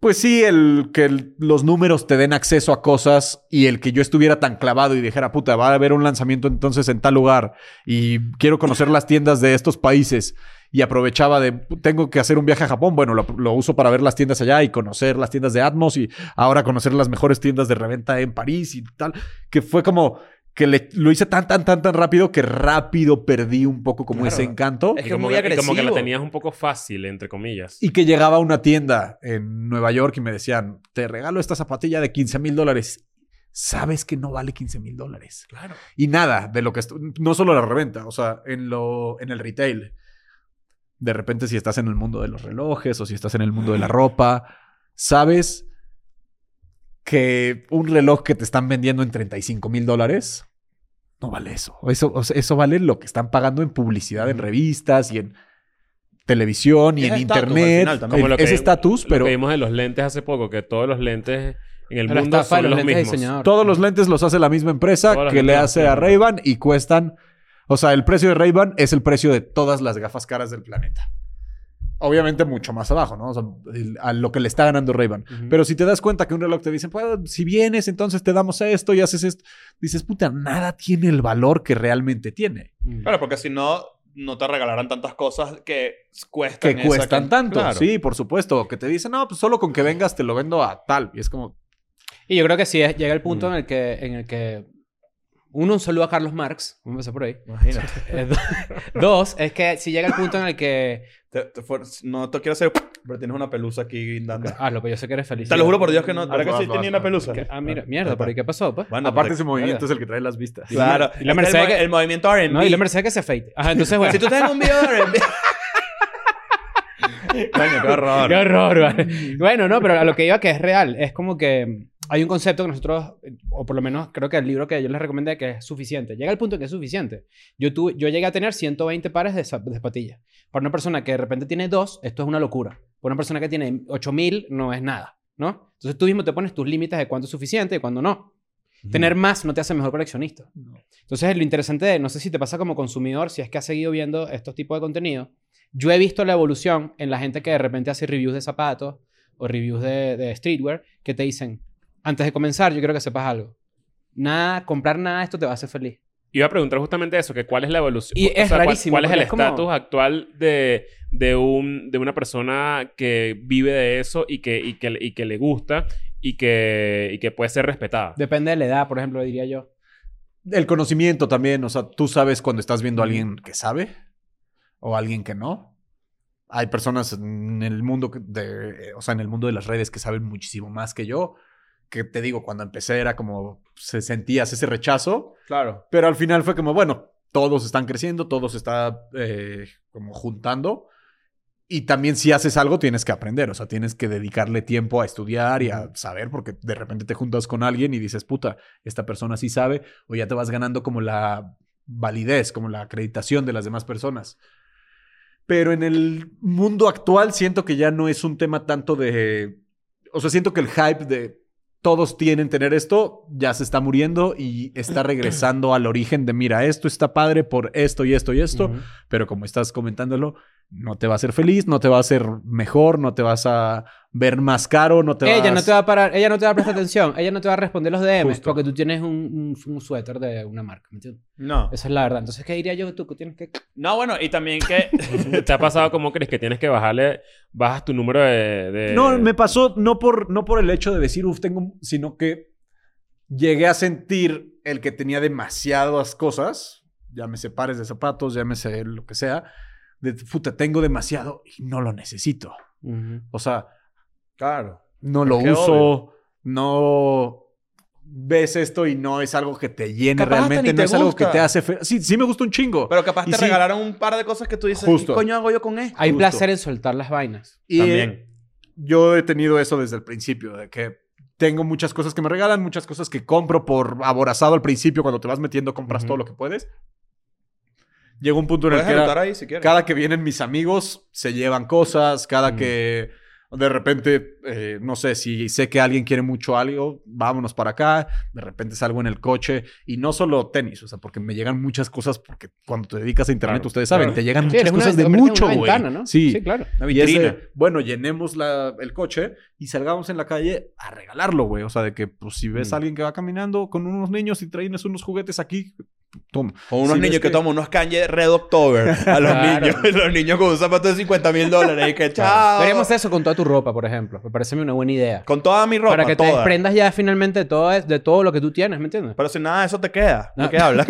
Speaker 1: pues sí, el que el- los números te den acceso a cosas y el que yo estuviera tan clavado y dijera, puta, va a haber un lanzamiento entonces en tal lugar y quiero conocer las tiendas de estos países y aprovechaba de, tengo que hacer un viaje a Japón, bueno, lo, lo uso para ver las tiendas allá y conocer las tiendas de Atmos y ahora conocer las mejores tiendas de reventa en París y tal, que fue como... Que le- lo hice tan, tan, tan, tan rápido que rápido perdí un poco como
Speaker 5: Claro.
Speaker 1: ese encanto.
Speaker 5: Es
Speaker 3: Y
Speaker 5: que es
Speaker 3: como
Speaker 5: muy
Speaker 3: y como que la
Speaker 5: agresivo.
Speaker 3: tenías un poco fácil, entre comillas.
Speaker 1: Y que llegaba a una tienda en Nueva York y me decían, te regalo esta zapatilla de 15 mil dólares. Sabes que no vale 15 mil dólares.
Speaker 5: Claro.
Speaker 1: Y nada de lo que... estu- No solo la reventa, o sea, en, lo, en el retail. De repente si estás en el mundo de los relojes o si estás en el mundo de la ropa, sabes que un reloj que te están vendiendo en 35 mil dólares no vale eso. Eso, o sea, eso vale lo que están pagando en publicidad, en revistas y en televisión y
Speaker 5: Es
Speaker 1: en
Speaker 5: estatus, al
Speaker 1: internet.
Speaker 5: final, también.
Speaker 1: Como lo que- es estatus,
Speaker 3: Lo
Speaker 1: pero
Speaker 3: que vimos de los lentes hace poco, que todos los lentes en el
Speaker 2: Pero
Speaker 3: mundo
Speaker 2: estafa de
Speaker 3: son los
Speaker 2: lentes de
Speaker 3: mismos.
Speaker 2: diseñador.
Speaker 1: todos los lentes los hace la misma empresa
Speaker 3: Todas las
Speaker 1: que le
Speaker 3: mismas,
Speaker 1: hace
Speaker 3: sí.
Speaker 1: a Ray-Ban y cuestan... O sea, el precio de Ray-Ban es el precio de todas las gafas caras del planeta. Obviamente mucho más abajo, ¿no? O sea, el- a lo que le está ganando Ray-Ban.
Speaker 2: Ujú.
Speaker 1: Pero si te das cuenta que un reloj te dicen, pues, si vienes, entonces te damos esto y haces esto. Dices, puta, nada tiene el valor que realmente tiene.
Speaker 2: Mm.
Speaker 5: Claro, porque si no, no te regalaran tantas cosas que cuestan.
Speaker 1: Que
Speaker 5: esa
Speaker 1: cuestan
Speaker 5: can-
Speaker 1: tanto.
Speaker 5: Claro.
Speaker 1: Sí, por supuesto. Que te dicen, no, pues solo con que vengas te lo vendo a tal. Y es como,
Speaker 5: Mm.
Speaker 2: Y yo creo que sí es- llega el punto en el que, en el que Uno, un saludo a Carlos Marx. Vamos a empezar por ahí.
Speaker 5: Imagínate.
Speaker 2: Eh, do- dos, es que si llega el punto en el que...
Speaker 5: Te- te fue- no te quiero hacer... Pero tienes una pelusa aquí guindando.
Speaker 2: Hazlo, pero ah, yo sé que eres feliz.
Speaker 5: Te lo juro por Dios que no. ¿Verdad
Speaker 4: Hazlo,
Speaker 5: que sí
Speaker 4: hazlo,
Speaker 5: tenía
Speaker 4: hazlo.
Speaker 5: una pelusa?
Speaker 2: Que- Ah, mira, mierda, pero ¿y qué pasó? Pues?
Speaker 5: Bueno,
Speaker 1: Aparte,
Speaker 5: te-
Speaker 1: ese movimiento es el que trae las vistas.
Speaker 5: Claro.
Speaker 2: Y la
Speaker 5: Es
Speaker 2: Mercedes
Speaker 5: el, mo-
Speaker 2: que-
Speaker 5: el movimiento R&B.
Speaker 2: No, y la Mercedes que se afeite. Ajá, entonces, bueno.
Speaker 5: Si tú estás en un video de R&B... Coño, qué horror.
Speaker 2: Qué horror, vale. Bueno, no, pero a lo que iba que es real. Es como que mm, hay un concepto que nosotros, eh, o por lo menos creo que el libro que yo les recomendé que es suficiente. Llega el punto en que es suficiente. Yo, tuve- yo llegué a tener 120 pares de, zap- de zapatillas. Para una persona que de repente tiene dos, esto es una locura. Para una persona que tiene 8000, no es nada, ¿no? Entonces tú mismo te pones tus límites de cuánto es suficiente y cuándo no. Tener más no te hace mejor coleccionista. Entonces, lo interesante de, no sé si te pasa como consumidor, si es que has seguido viendo estos tipos de contenido, yo he visto la evolución en la gente que de repente hace reviews de zapatos o reviews de, de streetwear que te dicen, antes de comenzar, yo quiero que sepas algo. Nada, comprar nada de esto te va a hacer feliz.
Speaker 3: Iba a preguntar justamente eso, que cuál es la evolución.
Speaker 2: Y es
Speaker 3: cuál-
Speaker 2: rarísimo,
Speaker 3: ¿Cuál, es
Speaker 2: porque
Speaker 3: el
Speaker 2: es como-
Speaker 3: estatus actual de, de, un, de una persona que vive de eso y que, y que, y que le gusta y que, y que puede ser respetada?
Speaker 2: Depende de la edad, por ejemplo, diría yo.
Speaker 1: El conocimiento también, o sea, tú sabes cuando estás viendo a alguien que sabe o a alguien que no. Hay personas en el mundo que- de, o sea, en el mundo de las redes que saben muchísimo más que yo, que te digo, cuando empecé era como se sentías ese rechazo,
Speaker 5: Claro.
Speaker 1: pero al final fue como, bueno, todos están creciendo, todos están como juntando. Y también si haces algo tienes que aprender, o sea, tienes que dedicarle tiempo a estudiar y a saber, porque de repente te juntas con alguien y dices, puta, esta persona sí sabe, o ya te vas ganando como la validez, como la acreditación de las demás personas. Pero en el mundo actual siento que ya no es un tema tanto de, o sea, siento que el hype de todos tienen tener esto, ya se está muriendo y está regresando al origen de, mira, esto está padre por esto y esto y esto,
Speaker 2: Ujú.
Speaker 1: pero como estás comentándolo, no te va a hacer feliz, no te va a hacer mejor, no te vas a ver más caro, no te
Speaker 2: ella
Speaker 1: vas-
Speaker 2: no te va a parar, ella no te va a prestar atención, ella no te va a responder los DM
Speaker 1: Justo.
Speaker 2: porque tú tienes un, un, un suéter de una marca, ¿me entiendes?
Speaker 5: No.
Speaker 2: Esa es la verdad. Entonces, ¿qué diría yo tú que tienes que
Speaker 5: No, bueno, y también que...
Speaker 3: ¿Te ha pasado cómo crees que tienes que bajarle, bajas tu número de... de-
Speaker 1: No, me pasó no por, no por el hecho de decir, uff, tengo, sino que llegué a sentir el que tenía demasiadas cosas, llámese pares de zapatos, llámese lo que sea, de puta, tengo demasiado y no lo necesito.
Speaker 2: Ujú.
Speaker 1: O sea,
Speaker 5: Claro.
Speaker 1: no lo
Speaker 5: Qué
Speaker 1: uso, no ves esto y no es algo que te llene
Speaker 5: Capaz hasta
Speaker 1: realmente,
Speaker 5: ni
Speaker 1: no
Speaker 5: te
Speaker 1: es algo que
Speaker 5: gusta.
Speaker 1: te hace... fe- Sí, sí me gusta un chingo.
Speaker 5: Pero capaz
Speaker 1: Y
Speaker 5: te
Speaker 1: sí.
Speaker 5: regalaron un par de cosas que tú dices,
Speaker 1: Justo.
Speaker 5: ¿qué coño hago yo con esto?
Speaker 2: Hay
Speaker 1: Justo.
Speaker 2: placer en soltar las vainas.
Speaker 1: Y-
Speaker 5: También.
Speaker 1: yo he tenido eso desde el principio, de que tengo muchas cosas que me regalan, muchas cosas que compro por aborazado al principio, cuando te vas metiendo compras
Speaker 3: Ujú.
Speaker 1: todo lo que puedes. Llegó un punto en el
Speaker 5: Puedes
Speaker 1: que era-
Speaker 5: anotar ahí si quieres.
Speaker 1: cada que vienen mis amigos se llevan cosas, cada
Speaker 2: Mm.
Speaker 1: que de repente, eh, no sé, si sé que alguien quiere mucho algo, vámonos para acá, de repente salgo en el coche y no solo tenis, o sea, porque me llegan muchas cosas, porque cuando te dedicas a internet,
Speaker 3: Claro,
Speaker 1: ustedes saben,
Speaker 3: claro.
Speaker 1: te llegan
Speaker 2: Sí,
Speaker 1: muchas
Speaker 2: eres una-
Speaker 1: cosas
Speaker 2: te
Speaker 1: de
Speaker 2: conviertes en
Speaker 1: mucho,
Speaker 2: una
Speaker 1: güey.
Speaker 2: ventana, ¿no?
Speaker 1: Sí,
Speaker 2: sí, claro.
Speaker 5: Una
Speaker 1: y es de,
Speaker 5: vitrina.
Speaker 1: bueno, llenemos la- el coche y salgamos en la calle a regalarlo, güey. O sea, de que pues, si ves
Speaker 3: Mm.
Speaker 1: a alguien que va caminando con unos niños y traes unos juguetes aquí, toma.
Speaker 5: Con unos
Speaker 1: Sí,
Speaker 5: niños
Speaker 1: ves
Speaker 5: que
Speaker 1: que-
Speaker 5: toman unos canjes Red October a los
Speaker 2: Claro.
Speaker 5: niños. los niños con un zapato de 50 mil dólares. Y que chao.
Speaker 2: Deberíamos hacer eso con toda tu ropa, por ejemplo. Me parece a mí una buena idea.
Speaker 5: Con toda mi ropa.
Speaker 2: Para que te
Speaker 5: toda.
Speaker 2: desprendas ya finalmente de todo, es- de todo lo que tú tienes, ¿me entiendes?
Speaker 5: Pero si nada de eso te queda. ¿De
Speaker 2: Ah.
Speaker 5: qué hablas?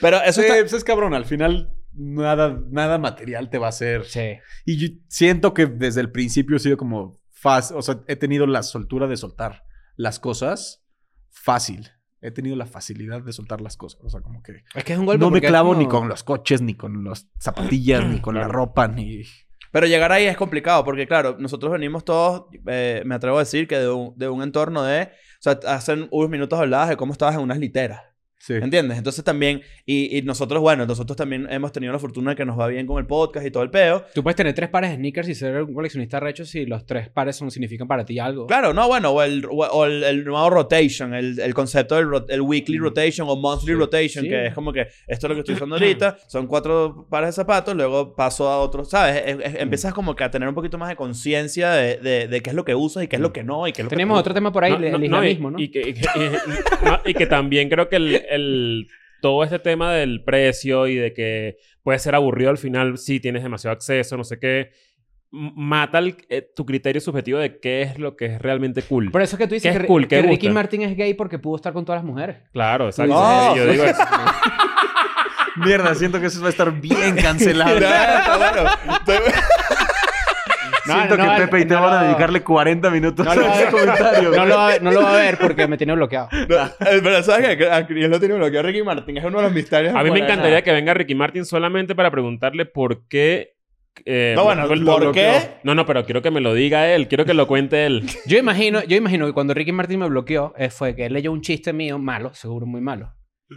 Speaker 5: Pero eso
Speaker 1: Sí,
Speaker 5: está...
Speaker 1: pues, es cabrón, al final nada, nada material te va a hacer.
Speaker 2: Sí.
Speaker 1: Y yo siento que desde el principio he sido como fácil, o sea, he tenido la soltura de soltar las cosas fácil. He tenido la facilidad de soltar las cosas. O sea, como que
Speaker 2: Es que es un golpe.
Speaker 1: no me
Speaker 2: porque es
Speaker 1: clavo
Speaker 2: como-
Speaker 1: ni con los coches, ni con las zapatillas, ni con la ropa, ni...
Speaker 5: Pero llegar ahí es complicado porque, claro, nosotros venimos todos, eh, me atrevo a decir, que de un, de un entorno de... O sea, hace unos minutos hablabas de cómo estabas en unas literas.
Speaker 1: Sí.
Speaker 5: ¿Entiendes? Entonces también... Y, y nosotros, bueno, nosotros también hemos tenido la fortuna de que nos va bien con el podcast y todo el peo.
Speaker 2: Tú puedes tener tres pares de sneakers y ser un coleccionista recho si los tres pares son, significan para ti algo.
Speaker 5: Claro, no, bueno, o el, o el, el nuevo rotation, el, el concepto del ro- el weekly rotation o monthly rotation,
Speaker 2: sí.
Speaker 5: que es como que esto es lo que estoy usando ahorita, son cuatro pares de zapatos, luego paso a otros, ¿sabes? Es-
Speaker 2: Mm.
Speaker 5: es- empiezas como que a tener un poquito más de conciencia de, de, de qué es lo que usas y qué es lo que no y qué es lo que
Speaker 2: Mm. Tenemos
Speaker 5: te
Speaker 2: otro tema por ahí,
Speaker 3: No,
Speaker 2: el
Speaker 3: no, no, y-
Speaker 2: islamismo, ¿no?
Speaker 3: Y que, y que- y- no, y que también creo que el, el- todo este tema del precio y de que puede ser aburrido al final si tienes demasiado acceso, no sé qué. m- mata el- eh, tu criterio subjetivo de qué es lo que es realmente cool.
Speaker 2: Por eso es que tú dices
Speaker 3: ¿Qué es
Speaker 2: que,
Speaker 3: cool? ¿Qué
Speaker 2: que Ricky
Speaker 3: gusta?
Speaker 2: Martin es gay porque pudo estar con todas las mujeres.
Speaker 3: Claro, exacto.
Speaker 5: No.
Speaker 3: Yo digo eso.
Speaker 1: Mierda, siento que eso va a estar bien cancelado.
Speaker 2: No,
Speaker 1: siento
Speaker 2: no,
Speaker 1: que
Speaker 2: no,
Speaker 1: Pepe y
Speaker 2: no
Speaker 1: te van a
Speaker 2: lo-
Speaker 1: dedicarle 40 minutos
Speaker 2: No
Speaker 1: a
Speaker 2: lo-
Speaker 1: ese comentario.
Speaker 2: No lo, va, a ver- no lo va a ver porque me tiene bloqueado.
Speaker 5: Pero sabes que a Chris lo tiene bloqueado Ricky Martin. Es uno de los misterios.
Speaker 3: A mí me
Speaker 5: por ahí.
Speaker 3: encantaría que venga Ricky Martin solamente para preguntarle por qué. eh,
Speaker 5: No, bueno,
Speaker 3: por-
Speaker 5: ¿por
Speaker 3: por-
Speaker 5: qué?
Speaker 3: No, no, pero quiero que me lo diga él. Quiero que lo cuente él.
Speaker 2: Yo imagino, yo imagino que cuando Ricky Martin me bloqueó eh, fue que él leyó un chiste mío malo, seguro muy malo.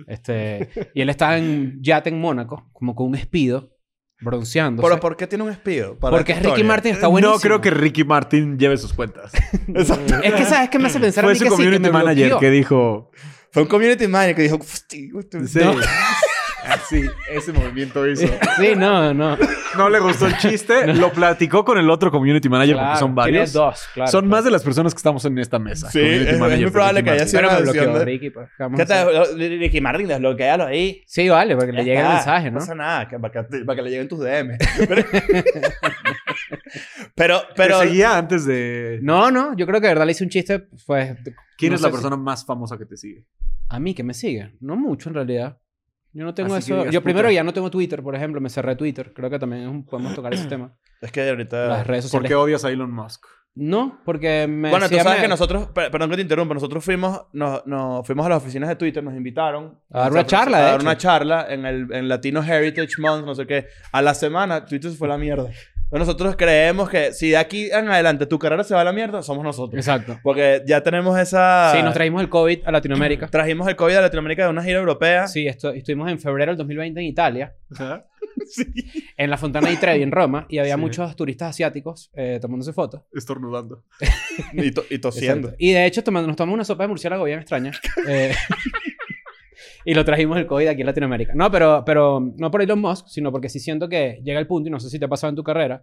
Speaker 2: Este, y él estaba en yate en Mónaco, como con un espido, bronceándose.
Speaker 5: Pero ¿por qué tiene un espío? Para
Speaker 2: porque es
Speaker 5: esta
Speaker 2: Ricky
Speaker 5: historia.
Speaker 2: Martin, está buenísimo.
Speaker 1: No creo que Ricky Martin lleve sus cuentas.
Speaker 5: Exacto.
Speaker 2: Es que, ¿sabes qué me hace pensar a
Speaker 1: Fue
Speaker 2: mí
Speaker 1: su
Speaker 2: que sí, que
Speaker 1: community
Speaker 2: me
Speaker 1: manager
Speaker 2: bloqueó?
Speaker 1: que dijo.
Speaker 5: Fue un community manager que dijo... "Fusti, gusto".
Speaker 1: Sí. Así, ese movimiento hizo.
Speaker 2: Sí, no, no.
Speaker 1: No le gustó el chiste, lo platicó con el otro community manager
Speaker 2: Claro,
Speaker 1: porque son
Speaker 2: tiene
Speaker 1: varios.
Speaker 2: dos, claro.
Speaker 1: son más de las personas que estamos en esta mesa.
Speaker 5: Sí,
Speaker 1: community
Speaker 5: es- es
Speaker 1: manager
Speaker 5: muy
Speaker 1: de
Speaker 5: probable
Speaker 1: Ricky
Speaker 5: que haya
Speaker 1: Martin.
Speaker 5: sido-
Speaker 2: Pero me
Speaker 5: Nación
Speaker 2: bloqueó
Speaker 5: de-
Speaker 2: Ricky. pues, ¿qué vamos a
Speaker 5: ¿Qué
Speaker 2: hacer?
Speaker 5: tal? Ricky Martin, desbloquealo ahí.
Speaker 2: Sí, vale, para que le
Speaker 5: Ya
Speaker 2: llegue el
Speaker 5: está,
Speaker 2: mensaje, ¿no?
Speaker 5: No pasa nada, que- para que, para que le lleguen tus DM. Pero, pero, pero-
Speaker 1: Te seguía antes de.
Speaker 2: No, no, yo creo que de verdad le hice un chiste, pues,
Speaker 1: ¿Quién
Speaker 2: no
Speaker 1: es la
Speaker 2: sé si-
Speaker 1: persona más famosa que te sigue?
Speaker 2: a mí que me sigue. No mucho, en realidad. Yo no tengo
Speaker 1: Así que
Speaker 2: eso.
Speaker 1: digas,
Speaker 2: Yo primero
Speaker 1: puta.
Speaker 2: ya no tengo Twitter, por ejemplo. Me cerré Twitter. Creo que también es un- podemos tocar ese tema.
Speaker 5: es que ahorita...
Speaker 2: Las redes
Speaker 1: ¿Por
Speaker 2: sociales.
Speaker 1: qué odias a Elon Musk?
Speaker 2: No, porque me
Speaker 5: Bueno, tú
Speaker 2: decía-
Speaker 5: sabes
Speaker 2: me-
Speaker 5: que nosotros, per- perdón que te interrumpa, nosotros fuimos, nos, nos fuimos a las oficinas de Twitter, nos invitaron
Speaker 2: A dar una charla,
Speaker 5: a
Speaker 2: de
Speaker 5: dar
Speaker 2: hecho.
Speaker 5: una charla en el en Latino Heritage Month, no sé qué. A la semana Twitter se fue a la mierda. Pero nosotros creemos que si de aquí en adelante tu carrera se va a la mierda, somos nosotros.
Speaker 2: Exacto.
Speaker 5: Porque ya tenemos esa
Speaker 2: Sí, nos traímos el COVID a Latinoamérica.
Speaker 5: trajimos el COVID de Latinoamérica de una gira europea.
Speaker 2: Sí, esto- estuvimos en febrero del 2020 en Italia, en la Fontana di Trevi, en Roma, y había
Speaker 1: Sí.
Speaker 2: muchos turistas asiáticos eh, tomándose fotos.
Speaker 1: Estornudando.
Speaker 5: Y, to- y tosiendo.
Speaker 2: Exacto. Y de hecho, tomando- nos tomamos una sopa de murciélago bien extraña. Eh, y lo trajimos el COVID aquí en Latinoamérica. No, pero, pero no por Elon Musk, sino porque sí siento que llega el punto, y no sé si te ha pasado en tu carrera,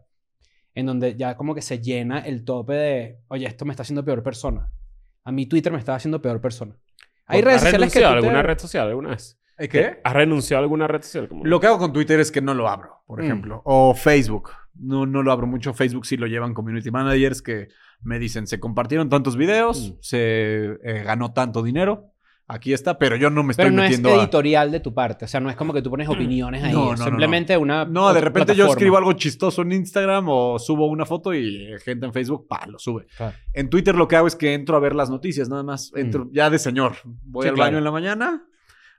Speaker 2: en donde ya como que se llena el tope de, oye, esto me está haciendo peor persona. A mí Twitter me está haciendo peor persona. Hay redes
Speaker 3: ¿Has
Speaker 2: sociales que...
Speaker 3: renunciado a
Speaker 2: tú te-
Speaker 3: alguna red social alguna vez?
Speaker 2: ¿Eh,
Speaker 1: ¿Qué?
Speaker 3: ¿Has renunciado a alguna red social? Como-
Speaker 1: Lo que hago con Twitter es que no lo abro, por
Speaker 2: Mm.
Speaker 1: ejemplo. O Facebook. No, no lo abro mucho. Facebook sí lo llevan community managers que me dicen, se compartieron tantos videos,
Speaker 2: Mm.
Speaker 1: se eh, ganó tanto dinero. Aquí está, pero yo no me estoy
Speaker 2: Pero no es
Speaker 1: metiendo a... Mm.
Speaker 2: editorial de tu parte, o sea, no es como que tú pones opiniones ahí,
Speaker 1: No, no,
Speaker 2: es
Speaker 1: no,
Speaker 2: simplemente una...
Speaker 1: No, de
Speaker 2: otra
Speaker 1: repente yo
Speaker 2: plataforma.
Speaker 1: escribo algo chistoso en Instagram o subo una foto y eh, gente en Facebook, pa, lo sube.
Speaker 2: Claro.
Speaker 1: En Twitter lo que hago es que entro a ver las noticias, nada más. Entro ya de señor. Voy
Speaker 2: Mm. Sí,
Speaker 1: al
Speaker 2: claro.
Speaker 1: baño en la mañana,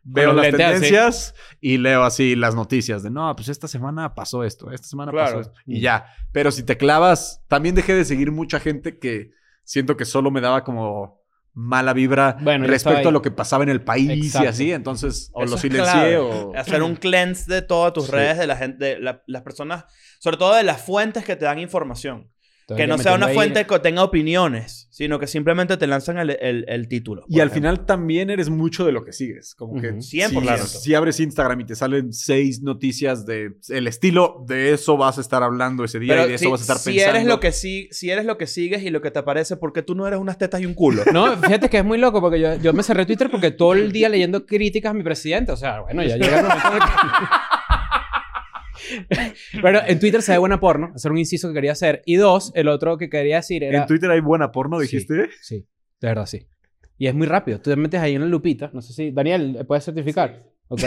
Speaker 1: veo
Speaker 2: los
Speaker 1: las
Speaker 2: lentes así.
Speaker 1: tendencias y leo así las noticias de, no, pues esta semana pasó esto, esta semana
Speaker 5: Claro.
Speaker 1: pasó esto. Y ya. Pero si te clavas, también dejé de seguir mucha gente que siento que solo me daba como mala vibra
Speaker 2: Bueno, yo estaba
Speaker 1: respecto a
Speaker 2: ahí.
Speaker 1: lo que pasaba en el país y
Speaker 2: Exacto.
Speaker 1: así. Entonces, o
Speaker 5: Eso
Speaker 1: lo
Speaker 5: es
Speaker 1: silencié
Speaker 5: clave.
Speaker 1: o...
Speaker 5: Hacer un cleanse de todas tus
Speaker 1: Sí.
Speaker 5: redes, de la gente, de la- las personas, sobre todo de las fuentes que te dan información.
Speaker 2: Entonces,
Speaker 5: Que
Speaker 2: yo
Speaker 5: no
Speaker 2: me
Speaker 5: sea
Speaker 2: tengo
Speaker 5: una
Speaker 2: ahí-
Speaker 5: fuente que tenga opiniones, sino que simplemente te lanzan el, el- el título.
Speaker 1: Y
Speaker 5: por
Speaker 1: al
Speaker 5: ejemplo.
Speaker 1: final también eres mucho de lo que sigues. Como que
Speaker 2: Ujú.
Speaker 5: 100%.
Speaker 1: si, si abres Instagram y te salen seis noticias de el estilo, de eso vas a estar hablando ese día
Speaker 5: Pero
Speaker 1: y de eso
Speaker 5: si,
Speaker 1: vas a estar
Speaker 5: si
Speaker 1: pensando.
Speaker 5: Eres lo que sí, si eres lo que sigues y lo que te aparece, ¿por qué tú no eres unas tetas y un culo?
Speaker 2: No, fíjate que es muy loco porque yo, yo me cerré Twitter porque todo el día leyendo críticas a mi presidente. O sea, bueno, ya llega el momento en el que- Pero en Twitter se ve buena porno. Hacer un inciso que quería hacer. Y dos, el otro que quería decir era...
Speaker 1: En Twitter hay buena porno,
Speaker 2: Sí.
Speaker 1: dijiste.
Speaker 2: Sí, de verdad, sí. Y es muy rápido. Tú te metes ahí en la lupita. No sé si... Daniel, ¿puedes certificar? Ok.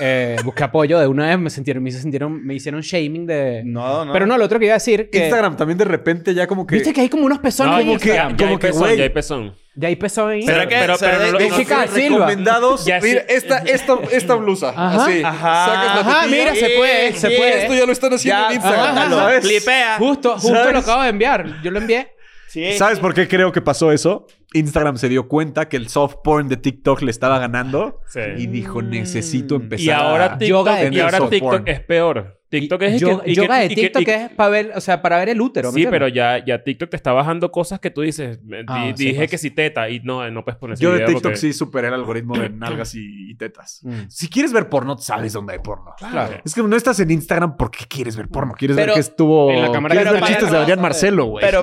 Speaker 2: Eh, busqué apoyo de una vez. Me, sintieron, me, hice- sintieron, me hicieron shaming de...
Speaker 5: No, no.
Speaker 2: Pero no, lo otro que iba a decir que...
Speaker 1: Instagram también de repente ya como que.
Speaker 2: Viste que hay como unos pezones
Speaker 3: No,
Speaker 2: en
Speaker 3: como que,
Speaker 2: Instagram.
Speaker 3: ya hay
Speaker 1: como que,
Speaker 3: pezón,
Speaker 1: güey.
Speaker 3: ya hay pezón.
Speaker 2: Ya hay pezones en
Speaker 5: ¿Será
Speaker 2: Instagram.
Speaker 5: que
Speaker 3: Pero-
Speaker 5: o sea,
Speaker 3: pero
Speaker 5: de-
Speaker 3: no lo-
Speaker 5: de-
Speaker 3: no-
Speaker 2: Chica, Silva.
Speaker 1: recomendados.
Speaker 3: Ya
Speaker 4: Mira, esta, esta, esta blusa.
Speaker 2: Ajá.
Speaker 4: así.
Speaker 5: Ajá.
Speaker 4: Sacas la
Speaker 2: Ajá,
Speaker 4: tetilla
Speaker 2: mira, se
Speaker 4: y-
Speaker 2: puede, se
Speaker 4: y
Speaker 2: puede.
Speaker 4: Esto ya lo están haciendo
Speaker 5: Ya,
Speaker 4: en Instagram.
Speaker 2: ajá,
Speaker 5: bótalo,
Speaker 1: ¿sabes?
Speaker 5: clipea.
Speaker 2: Justo, justo
Speaker 1: ¿Sabes?
Speaker 2: lo acabo de enviar. Yo lo envié.
Speaker 5: Sí.
Speaker 1: ¿Sabes por qué creo que pasó eso? Instagram se dio cuenta que el soft porn de TikTok le estaba ganando
Speaker 3: Sí.
Speaker 1: y dijo,
Speaker 2: Mm.
Speaker 1: necesito empezar.
Speaker 3: Y ahora
Speaker 1: a-
Speaker 3: TikTok,
Speaker 2: Yoga de
Speaker 3: y ahora
Speaker 1: soft
Speaker 3: TikTok
Speaker 1: porn".
Speaker 3: es peor. TikTok es... y
Speaker 2: Yo-
Speaker 3: que- y que-
Speaker 2: yoga de
Speaker 3: y que-
Speaker 2: TikTok
Speaker 3: y que-
Speaker 2: es para ver, o sea, para ver el útero. ¿me
Speaker 3: Sí, pero
Speaker 2: entiendes?
Speaker 3: ya, ya TikTok te está bajando cosas que tú dices. eh,
Speaker 2: Ah,
Speaker 3: di-
Speaker 2: sí
Speaker 3: dije
Speaker 2: pasa.
Speaker 3: que si teta y no, eh, no puedes poner ese
Speaker 1: Yo de
Speaker 3: video
Speaker 1: TikTok
Speaker 3: porque-
Speaker 1: sí superé el algoritmo de nalgas y, y tetas.
Speaker 2: Mm.
Speaker 1: Si quieres ver porno, sabes dónde hay porno.
Speaker 3: Ah,
Speaker 2: Claro.
Speaker 1: Es que no estás en Instagram porque quieres ver porno. Quieres
Speaker 5: Pero-
Speaker 1: ver que estuvo.
Speaker 2: En la cámara
Speaker 1: quieres
Speaker 5: que
Speaker 1: ver
Speaker 5: está
Speaker 1: chistes de
Speaker 5: parado,
Speaker 1: Adrián
Speaker 2: eh.
Speaker 1: Marcelo, güey.
Speaker 5: Pero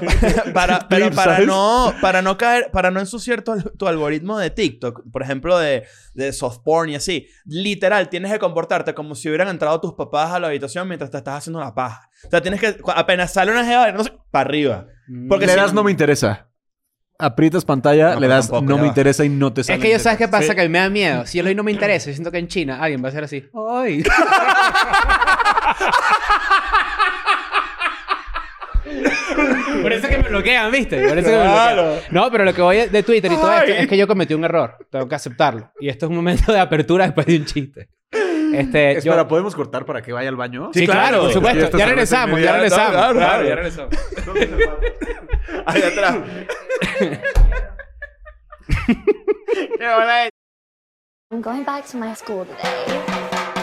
Speaker 5: para, pero
Speaker 1: Clips,
Speaker 5: para
Speaker 1: ¿sabes?
Speaker 5: no para no caer para no ensuciar tu, tu algoritmo de TikTok, por ejemplo de, de soft porn y así, literal tienes que comportarte como si hubieran entrado tus papás a la habitación conversación mientras te estás haciendo la paja. O sea, tienes que, cu- apenas sale una jeva, no sé, para arriba.
Speaker 2: Mm.
Speaker 5: Porque
Speaker 1: le
Speaker 5: si
Speaker 1: das no me interesa. Aprietas pantalla,
Speaker 5: No,
Speaker 1: le das
Speaker 5: tampoco,
Speaker 1: no
Speaker 5: ya
Speaker 1: me
Speaker 5: va.
Speaker 1: interesa y no te sale.
Speaker 2: Es que yo sabes qué pasa,
Speaker 3: Sí.
Speaker 2: que a mí me da miedo. Si yo lo doy no me interesa, yo siento que en China alguien va a ser así. ¡Ay! Por eso que me bloquean, ¿viste? Por eso que me bloquean.
Speaker 5: Claro.
Speaker 2: No, pero lo que voy de Twitter y todo esto es que yo cometí un error. Tengo que aceptarlo. Y esto es un momento de apertura después de un chiste. Este, yo-
Speaker 1: Espera, ¿podemos cortar para que vaya al baño?
Speaker 2: Sí, claro,
Speaker 1: porque
Speaker 2: por supuesto.
Speaker 1: esta
Speaker 2: Ya
Speaker 1: cerveza
Speaker 2: regresamos, ya
Speaker 1: inmediata-
Speaker 2: regresamos.
Speaker 5: Claro,
Speaker 3: Claro, ya regresamos.
Speaker 5: claro. Ahí atrás.
Speaker 6: I'm going back to my school today.